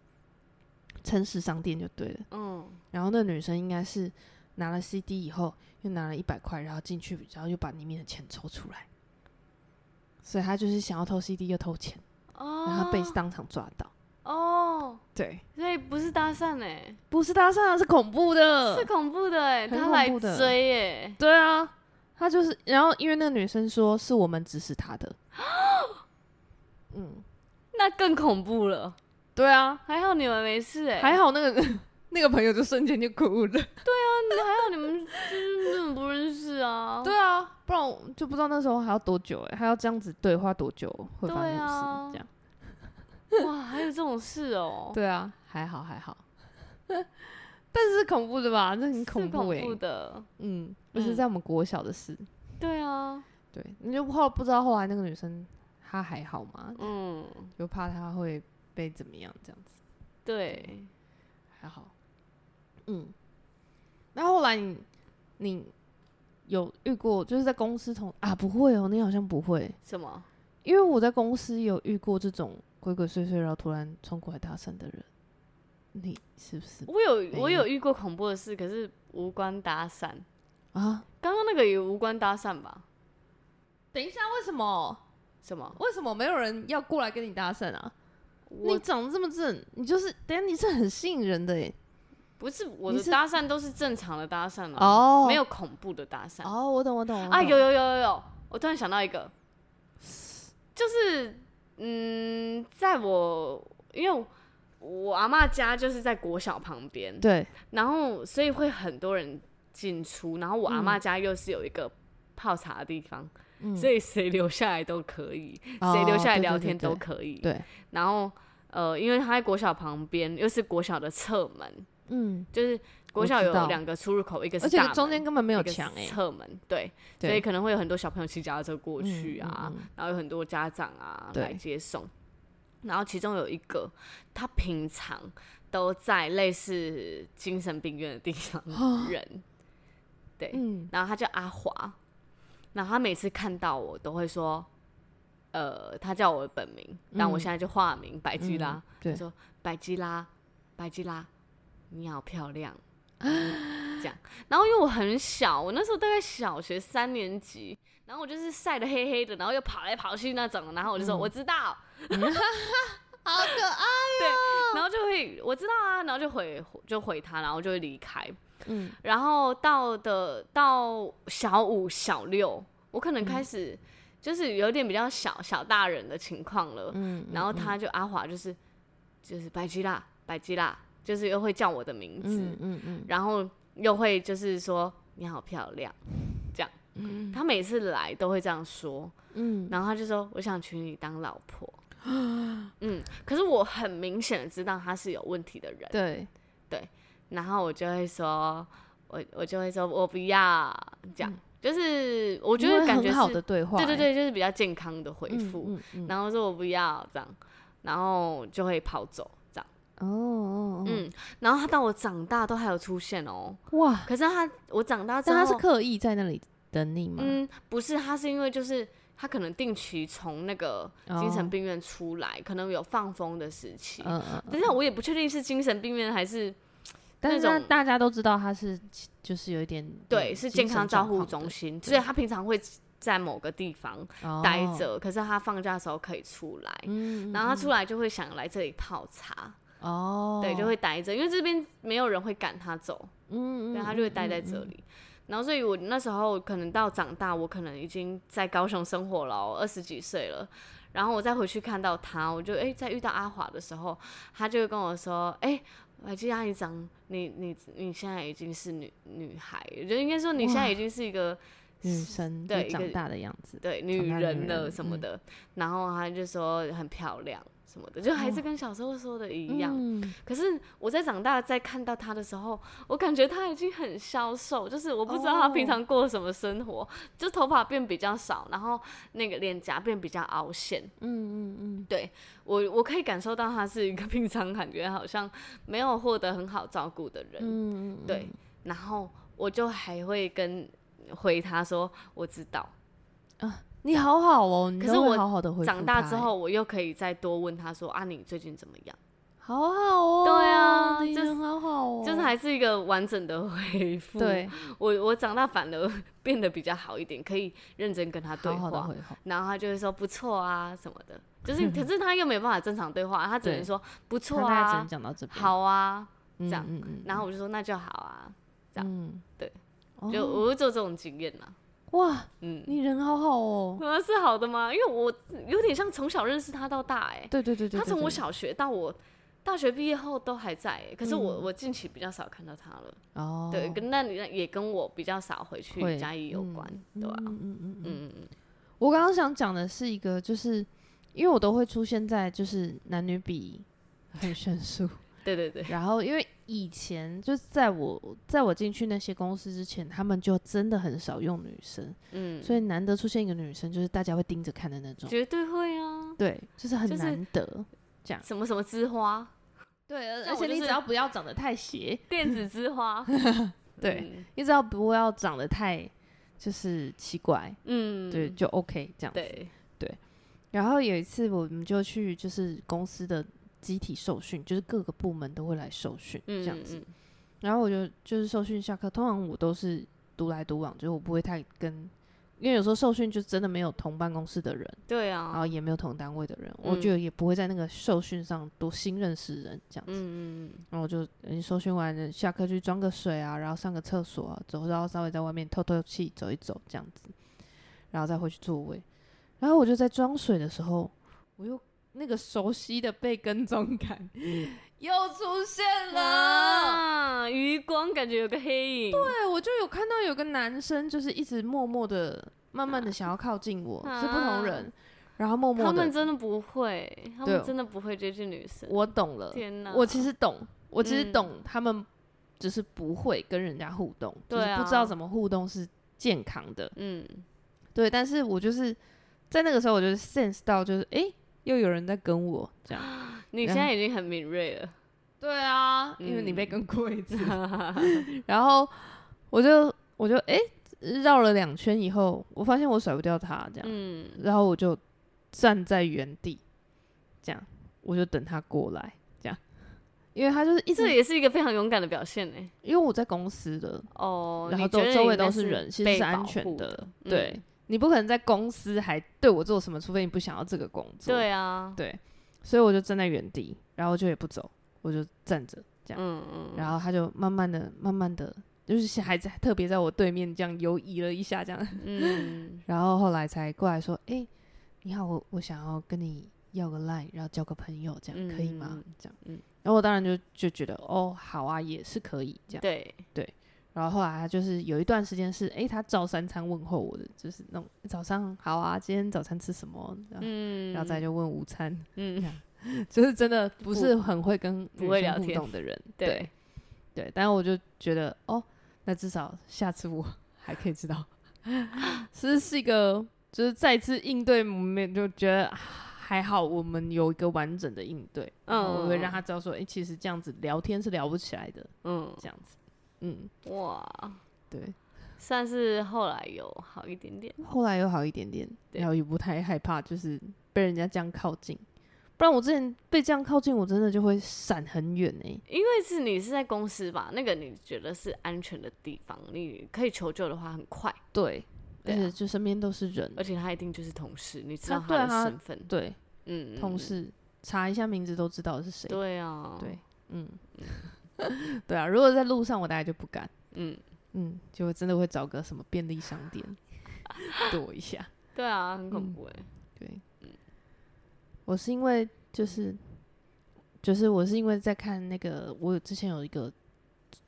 C: 诚实商店就对了。
A: 嗯，
C: 然后那女生应该是拿了 CD 以后，又拿了一百块，然后进去，然后又把里面的钱抽出来，所以她就是想要偷 CD 又偷钱，
A: 哦，
C: 然后被当场抓到。
A: 哦，
C: 对，
A: 所以不是搭讪哎，
C: 不是搭讪啊，是恐怖的，
A: 是恐怖的哎，
C: 很
A: 他
C: 恐
A: 来
C: 怖的
A: 追哎，
C: 对啊，他就是，然后因为那个女生说是我们指使他 的，嗯，
A: 那更恐怖了。
C: 对啊，
A: 还好你们没事哎，
C: 还好那个 那个朋友就瞬间就哭了，
A: 还好你们就是根本不认识啊。
C: 对啊，不然我就不知道那时候还要多久哎、还要这样子对话多久会发生什么事、
A: 对啊
C: 这样，
A: 哇，还有这种事哦，
C: 对啊，还好还 好，但是是恐怖的吧，这很恐
A: 是
C: 怖
A: 恐
C: 哎、
A: 怖的。
C: 嗯，而且在我们国小的事，
A: 对啊，
C: 对，你就后不知道后来那个女生她还好吗？
A: 嗯，
C: 就怕她会被怎么样这样子。
A: 对，
C: 还好。嗯，那后来你你有遇过，就是在公司同啊？不会哦，你好像不会，
A: 什么？
C: 因为我在公司有遇过这种鬼鬼祟祟，然后突然冲过来搭讪的人，你是不是
A: 我有我
C: 没有
A: 有遇过恐怖的事，可是无关搭讪。
C: 啊？
A: 刚刚那个也无关搭讪吧？
C: 等一下，为什么？
A: 什么？
C: 为什么没有人要过来跟你搭讪啊？你
A: 我
C: 长得这么正，你就是等一下你是很吸引人的诶。
A: 不是我
C: 你
A: 的
C: 是
A: 搭讪都是正常的搭讪嘛，
C: 哦
A: 嗯没有恐怖的搭讪。
C: 哦，我懂我懂我懂
A: 啊，有有有有有，我突然想到一个，就是嗯，在我因为我我阿嬷家就是在国小旁边，
C: 对
A: 然后所以会很多人进出，然后我阿
C: 嗯
A: 妈家又是有一个泡茶的地方，
C: 嗯
A: 所以谁留下来都可以，
C: 哦
A: 谁留下来
C: 对对
A: 聊
C: 对
A: 天
C: 对
A: 都可以。
C: 对，
A: 然后呃，因为他在国小旁边，又是国小的侧门，
C: 嗯，
A: 就是国
C: 我
A: 小
C: 知
A: 有
C: 道
A: 两个出入口，一个
C: 而
A: 是
C: 且
A: 大门
C: 中间根本没有
A: 一个是
C: 墙欸诶。
A: 侧门对，所以可能会有很多小朋友骑脚踏车过去啊，
C: 嗯嗯嗯
A: 然后有很多家长啊
C: 对
A: 来接送。然后其中有一个，他平常都在类似精神病院的地 方
C: 哦
A: 人，对，
C: 嗯，
A: 然后他叫阿华，然后他每次看到我都会说，呃，他叫我的本名，但我
C: 嗯
A: 现在就化名白吉拉，
C: 对
A: 他说白吉拉，白吉拉，你好漂亮。这样，然后因为我很小，我那时候大概小学三年级，然后我就是晒得黑黑的，然后又跑来跑去那种，然后我就说、
C: 嗯
A: 我知道，
C: 好可爱，
A: 然后就会我知道啊，然后就回就回他，然后就会离开。
C: 嗯，
A: 然后到的到小五、小六，我可能
C: 嗯
A: 开始就是有点比较小小大人的情况了。
C: 嗯，
A: 然后他就阿华就是就是白吉拉，白吉拉，就是又会叫我的名字，
C: 嗯嗯嗯，
A: 然后又会就是说你好漂亮，这样。他每次来都会这样说，
C: 嗯，
A: 然后他就说我想娶你当老 婆。嗯，可是我很明显的知道他是有问题的人。
C: 对，
A: 然后我就会说，我我就会说我不要，这样、就是我
C: 我
A: 觉得感觉
C: 嗯很好
A: 是
C: 的对话，哎欸
A: 对对对，就是比较健康的回
C: 嗯，
A: 复，
C: 嗯嗯，
A: 然后说我不要这样，然后就会跑走这样，
C: 哦哦，哦，
A: 嗯，然后他到我长大都还有出现哦，
C: 哇，
A: 可是他我长大之
C: 但
A: 后，
C: 他是刻意在那里等你吗？
A: 嗯，不是，他是因为就是。他可能定期从那个精神
C: 哦
A: 病院出来可能有放风的时期。
C: 嗯嗯，嗯
A: 等一下，我也不确定是精神病院还是
C: 但是
A: 那
C: 大
A: 种
C: 大家都知道他是就是有一点
A: 对，
C: 嗯
A: 是
C: 精
A: 健
C: 神
A: 康照
C: 状
A: 护
C: 况
A: 中
C: 的
A: 心，
C: 对
A: 所以他平常会在某个地方待，
C: 哦
A: 着，可是他放假的时候可以出来，
C: 嗯，
A: 然后他
C: 嗯
A: 出来就会想来这里泡茶，
C: 嗯哦，
A: 对，就会待着，因为这边没有人会赶他走，
C: 嗯，嗯，
A: 对，
C: 嗯
A: 他就会待在
C: 嗯
A: 这
C: 嗯
A: 里。然后，所以我那时候可能到长大，我可能已经在高雄生活了哦，二十几岁了。然后我再回去看到他，我就哎、在遇到阿华的时候，他就会跟我说：“哎、我记得阿姨长，你你你现在已经是女女孩，就应该说你现在已经是一个
C: 女生就
A: 对一
C: 长
A: 个
C: 大的样子，
A: 对女
C: 大的
A: 人
C: 女
A: 了
C: 人
A: 什么
C: 嗯
A: 的。然后他就说很漂亮什么的，就还是跟小时候说的一样。
C: 嗯
A: 可是我在长大再看到他的时候，我感觉他已经很消瘦，就是我不知道他平
C: 哦
A: 常过什么生活，就头发变比较少，然后那个脸颊变比较凹陷。
C: 嗯嗯
A: 我我可以感受到他是一个平常感觉好像没有获得很好照顾的人。
C: 嗯嗯，
A: 对，然后我就还会跟回他说我知道。
C: 你好好哦，你
A: 可是
C: 都会
A: 我
C: 好好的回
A: 长
C: 复
A: 大
C: 他
A: 之
C: 欸，
A: 后，我又可以再多问他说啊，你最近怎么样？
C: 好好哦，
A: 对啊
C: 你
A: 就
C: 人
A: 是
C: 好好哦，
A: 就是还是一个完整的回复。
C: 对，
A: 我我长大反而 变得比较好一点，可以认真跟他对
C: 好
A: 话，
C: 好的回复，
A: 然后他就会说不错啊什么的，就是 可是他又没有办法正常对话，他只能
C: 对
A: 说不
C: 他
A: 错
C: 大概只能
A: 啊，
C: 讲到这边，
A: 好啊，
C: 嗯，
A: 这样
C: 嗯嗯，
A: 然后我就说那就好啊，这样
C: 嗯，
A: 对
C: 哦，
A: 就我会做这种经验啦，
C: 哇，
A: 嗯。
C: 你人好好哦，
A: 啊，是好的吗？因为我有点像从小认识他到大、欸，
C: 对对对对，
A: 他
C: 对
A: 从我
C: 对
A: 小学到我大学毕业后都还在、欸，可是我、
C: 嗯
A: 我近期比较少看到他了。
C: 哦，
A: 对，跟那你也跟我比较少回去
C: 会
A: 嘉义有
C: 嗯
A: 关，对啊，
C: 嗯嗯嗯嗯嗯。
A: 嗯嗯
C: 我刚刚想讲的是一个，就是因为我都会出现在就是男女比 很悬殊，
A: 嗯，对对对，
C: 然后因为以前就是在我在我进去那些公司之前，他们就真的很少用女生，
A: 嗯，
C: 所以难得出现一个女生，就是大家会盯着看的那种，
A: 绝对会啊，
C: 对，就是很
A: 就是
C: 难得，
A: 什么什么之 花，
C: 对，
A: 像
C: 而
A: 我
C: 且
A: 就
C: 你
A: 是
C: 只要不要长得太邪，
A: 电子之花，
C: 对，你只要不要长得太就是奇怪，
A: 嗯，嗯，
C: 对，就 OK 这样子。
A: 对，
C: 然后有一次我们就去就是公司的集体受训，就是各个部门都会来受训这
A: 嗯
C: 样子。
A: 嗯嗯
C: 然后我就就是受训下课，通常我都是独来独往，就是我不会太跟，因为有时候受训就真的没有同办公室的人，
A: 对
C: 然
A: 啊，
C: 后也没有同单位的人，
A: 嗯
C: 我就也不会在那个受训上多新认识人这样子。
A: 嗯嗯嗯，
C: 然后我就嗯受训完了下课去装个水啊，然后上个厕所、啊，走，然后稍微在外面透透气，走一走这样子，然后再回去座位。然后我就在装水的时候，我又那个熟悉的被跟踪感 又出现了。
A: 嗯啊，余光感觉有个黑影，对，
C: 对，我就有看到有个男生，就是一直默默的、慢慢的想要靠近我，是不同人，然后默默
A: 啊他们
C: 的，
A: 真的不会，他
C: 对
A: 们真的不会追剧女生，
C: 我懂了，
A: 天哪，
C: 我其实懂，我其实
A: 嗯
C: 懂他们就是不会跟人家互动，就
A: 对
C: 是
A: 啊
C: 不知道怎么互动是健康的。
A: 嗯，
C: 对，但是我就是在那个时候，我就是 sense 到，就是诶，又有人在跟我这样。
A: 你现在已经很敏锐了，
C: 对啊，因为你被
A: 嗯
C: 跟 过一次，然后我就我就哎绕、了两圈以后，我发现我甩不掉他这样，
A: 嗯，
C: 然后我就站在原地，这样我就等他过来这样，因为他就是一直
A: 这也是一个非常勇敢的表现呢。
C: 因为我在公司的，
A: 哦，
C: 然
A: 你
C: 后
A: 觉
C: 周
A: 得
C: 周
A: 你
C: 围
A: 那
C: 都是
A: 是
C: 人，其实
A: 被
C: 是安
A: 保
C: 全
A: 护
C: 的。
A: 的
C: 对、
A: 嗯
C: 你不可能在公司还对我做什么，除非你不想要这个工作。
A: 对啊，
C: 对所以我就站在原地，然后就也不走，我就站着这样。
A: 嗯嗯，
C: 然后他就慢慢的、慢慢的，就是还在特别在我对面这样游移了一下这样，
A: 嗯，
C: 然后后来才过来说：“哎、你好，我我想要跟你要个 line，然后交个朋友，这样、可以吗
A: 嗯嗯？”
C: 这样，
A: 嗯
C: 然后我当然就就觉得哦，好啊，也是可以这样。
A: 对，
C: 然后后来他就是有一段时间是，诶，他照三餐问候我的，就是那种早上好啊，今天早餐吃什么，然后,、
A: 嗯，
C: 然后再就问午餐，
A: 嗯，
C: 就是真的不是很会跟
A: 不
C: 女
A: 会
C: 生
A: 聊
C: 互
A: 天
C: 动的人，
A: 对，
C: 对但是我就觉得哦，那至少下次我还可以知道， 是是一个就是再次应对，我们就觉得啊还好我们有一个完整的应对，然后我会让他知道说，诶，其实这样子聊天是聊不起来的，
A: 嗯，
C: 这样子，嗯，
A: 哇，
C: 对。
A: 算是后来有好一点点，
C: 后来又好一点点，
A: 对
C: 然后也不太害怕，就是被人家这样靠近。不然我之前被这样靠近，我真的就会闪很远哎、
A: 因为是你是在公司吧，那个你觉得是安全的地方，你可以求救的话很快，
C: 对，
A: 对
C: 而
A: 啊呃
C: 且就身边都是人，
A: 而且他一定就是同事，你知道
C: 他啊对
A: 的
C: 他
A: 身份，
C: 对，
A: 嗯，嗯
C: 同，事查一下名字都知道是谁
A: 嗯。对啊，
C: 对，嗯， 对啊。如果在路上，我大概就不敢，
A: 嗯，
C: 嗯，就真的会找个什么便利商 店躲一下。
A: 对啊，很
C: 嗯
A: 恐怖哎，
C: 对，嗯我是因为就是就是我是因为在看那个，我有之前有一个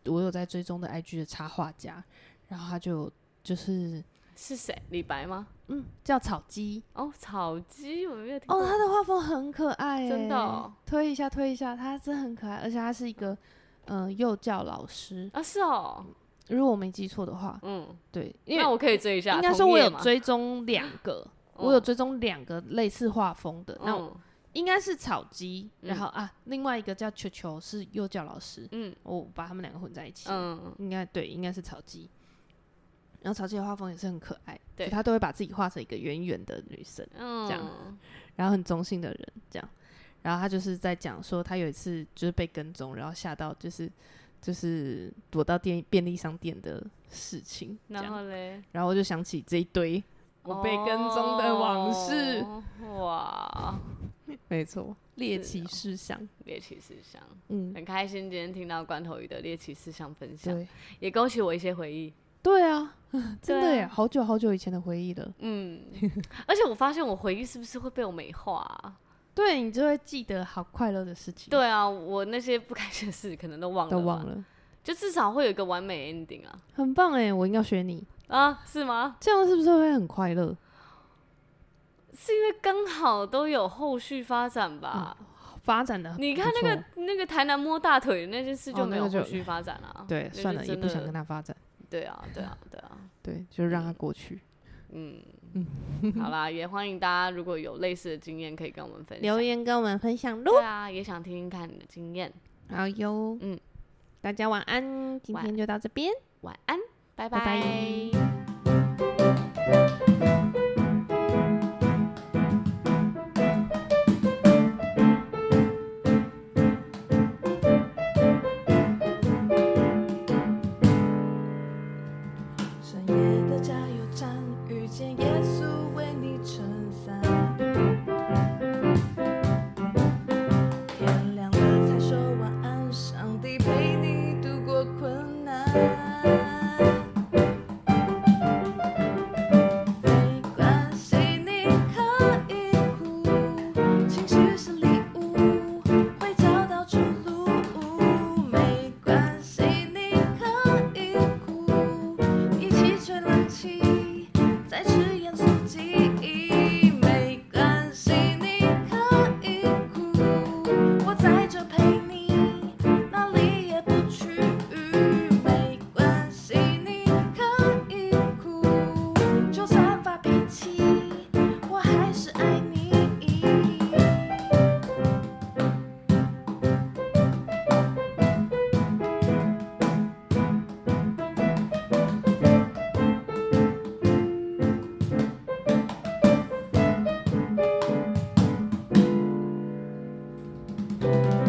C: 我有在追踪的 IG 的插画家，然后他就就是
A: 是谁？李白吗？
C: 嗯叫草鸡
A: 哦，草鸡，我没有听
C: 哦，
A: 过，
C: 他的画风很可爱、
A: 真的
C: 欸
A: 哦
C: 推一下推一下，他真的很可爱，而且他是一个嗯、呃幼教老师，
A: 啊，是哦，
C: 如果我没记错的话，
A: 嗯，
C: 对，因为
A: 那我可以追一下，
C: 应该
A: 同
C: 说我
A: 业
C: 有
A: 嘛，
C: 追踪两个。
A: 嗯
C: 我有追踪两个类似画风的，那我
A: 嗯
C: 应该是草鸡，
A: 嗯
C: 然后啊，另外一个叫球球是幼教老师，
A: 嗯
C: 我把他们两个混在一起，
A: 嗯，
C: 应该对，应该是草鸡。然后草鸡的画风也是很可爱，
A: 对
C: 就她都会把自己画成一个圆圆的女生，
A: 嗯，
C: 这样然后很中性的人这样。然后她就是在讲说，她有一次就是被跟踪，然后吓到就是就是躲到店便利商店的事情，这
A: 然
C: 样。
A: 后嘞，
C: 然后我就想起这一堆我被跟踪的往事，
A: 哦，哇，
C: 没错，猎
A: 是
C: 奇
A: 哦
C: 事项，
A: 猎奇事项，
C: 嗯，
A: 很开心今天听到关头鱼的猎奇事项分享，
C: 对。
A: 也勾起我一些回忆。
C: 对啊， 真的
A: 对啊
C: 耶，好久好久以前的回忆了。
A: 嗯，而且我发现我回忆是不是会被我美化啊、
C: 对你就会记得好快乐的事情，，
A: 对啊，我那些不开心的事可能都忘了，
C: 都忘，了，
A: 就至少会有一个完美 ending 啊
C: 很棒哎，我应该学你，
A: 啊，是吗？
C: 这样是不是会很快乐？
A: 是因为刚好都有后续发展吧？
C: 嗯发展的，
A: 你看那个那个台南摸大腿的那件事
C: 哦
A: 就没有
C: 那个
A: 后
C: 就
A: 续发展啊。
C: 对，
A: 那就
C: 算了，也
A: 真
C: 不想跟
A: 的。
C: 他发展，
A: 对啊，对啊，对啊。
C: 对，就让他过去。
A: 嗯，好啦，也欢迎大家如果有类似的经验，可以跟我们分享。
C: 留言跟我们分享喽，
A: 对啊，也想听听看你的经验。
C: 好哟，
A: 嗯，
C: 大家晚安，今
A: 晚
C: 天就到这边。
A: 晚安，拜
C: 拜拜
A: 拜
B: 深夜的加油站，遇见耶稣为你撑伞。天亮了才说晚安，上帝陪你度过困难。拜。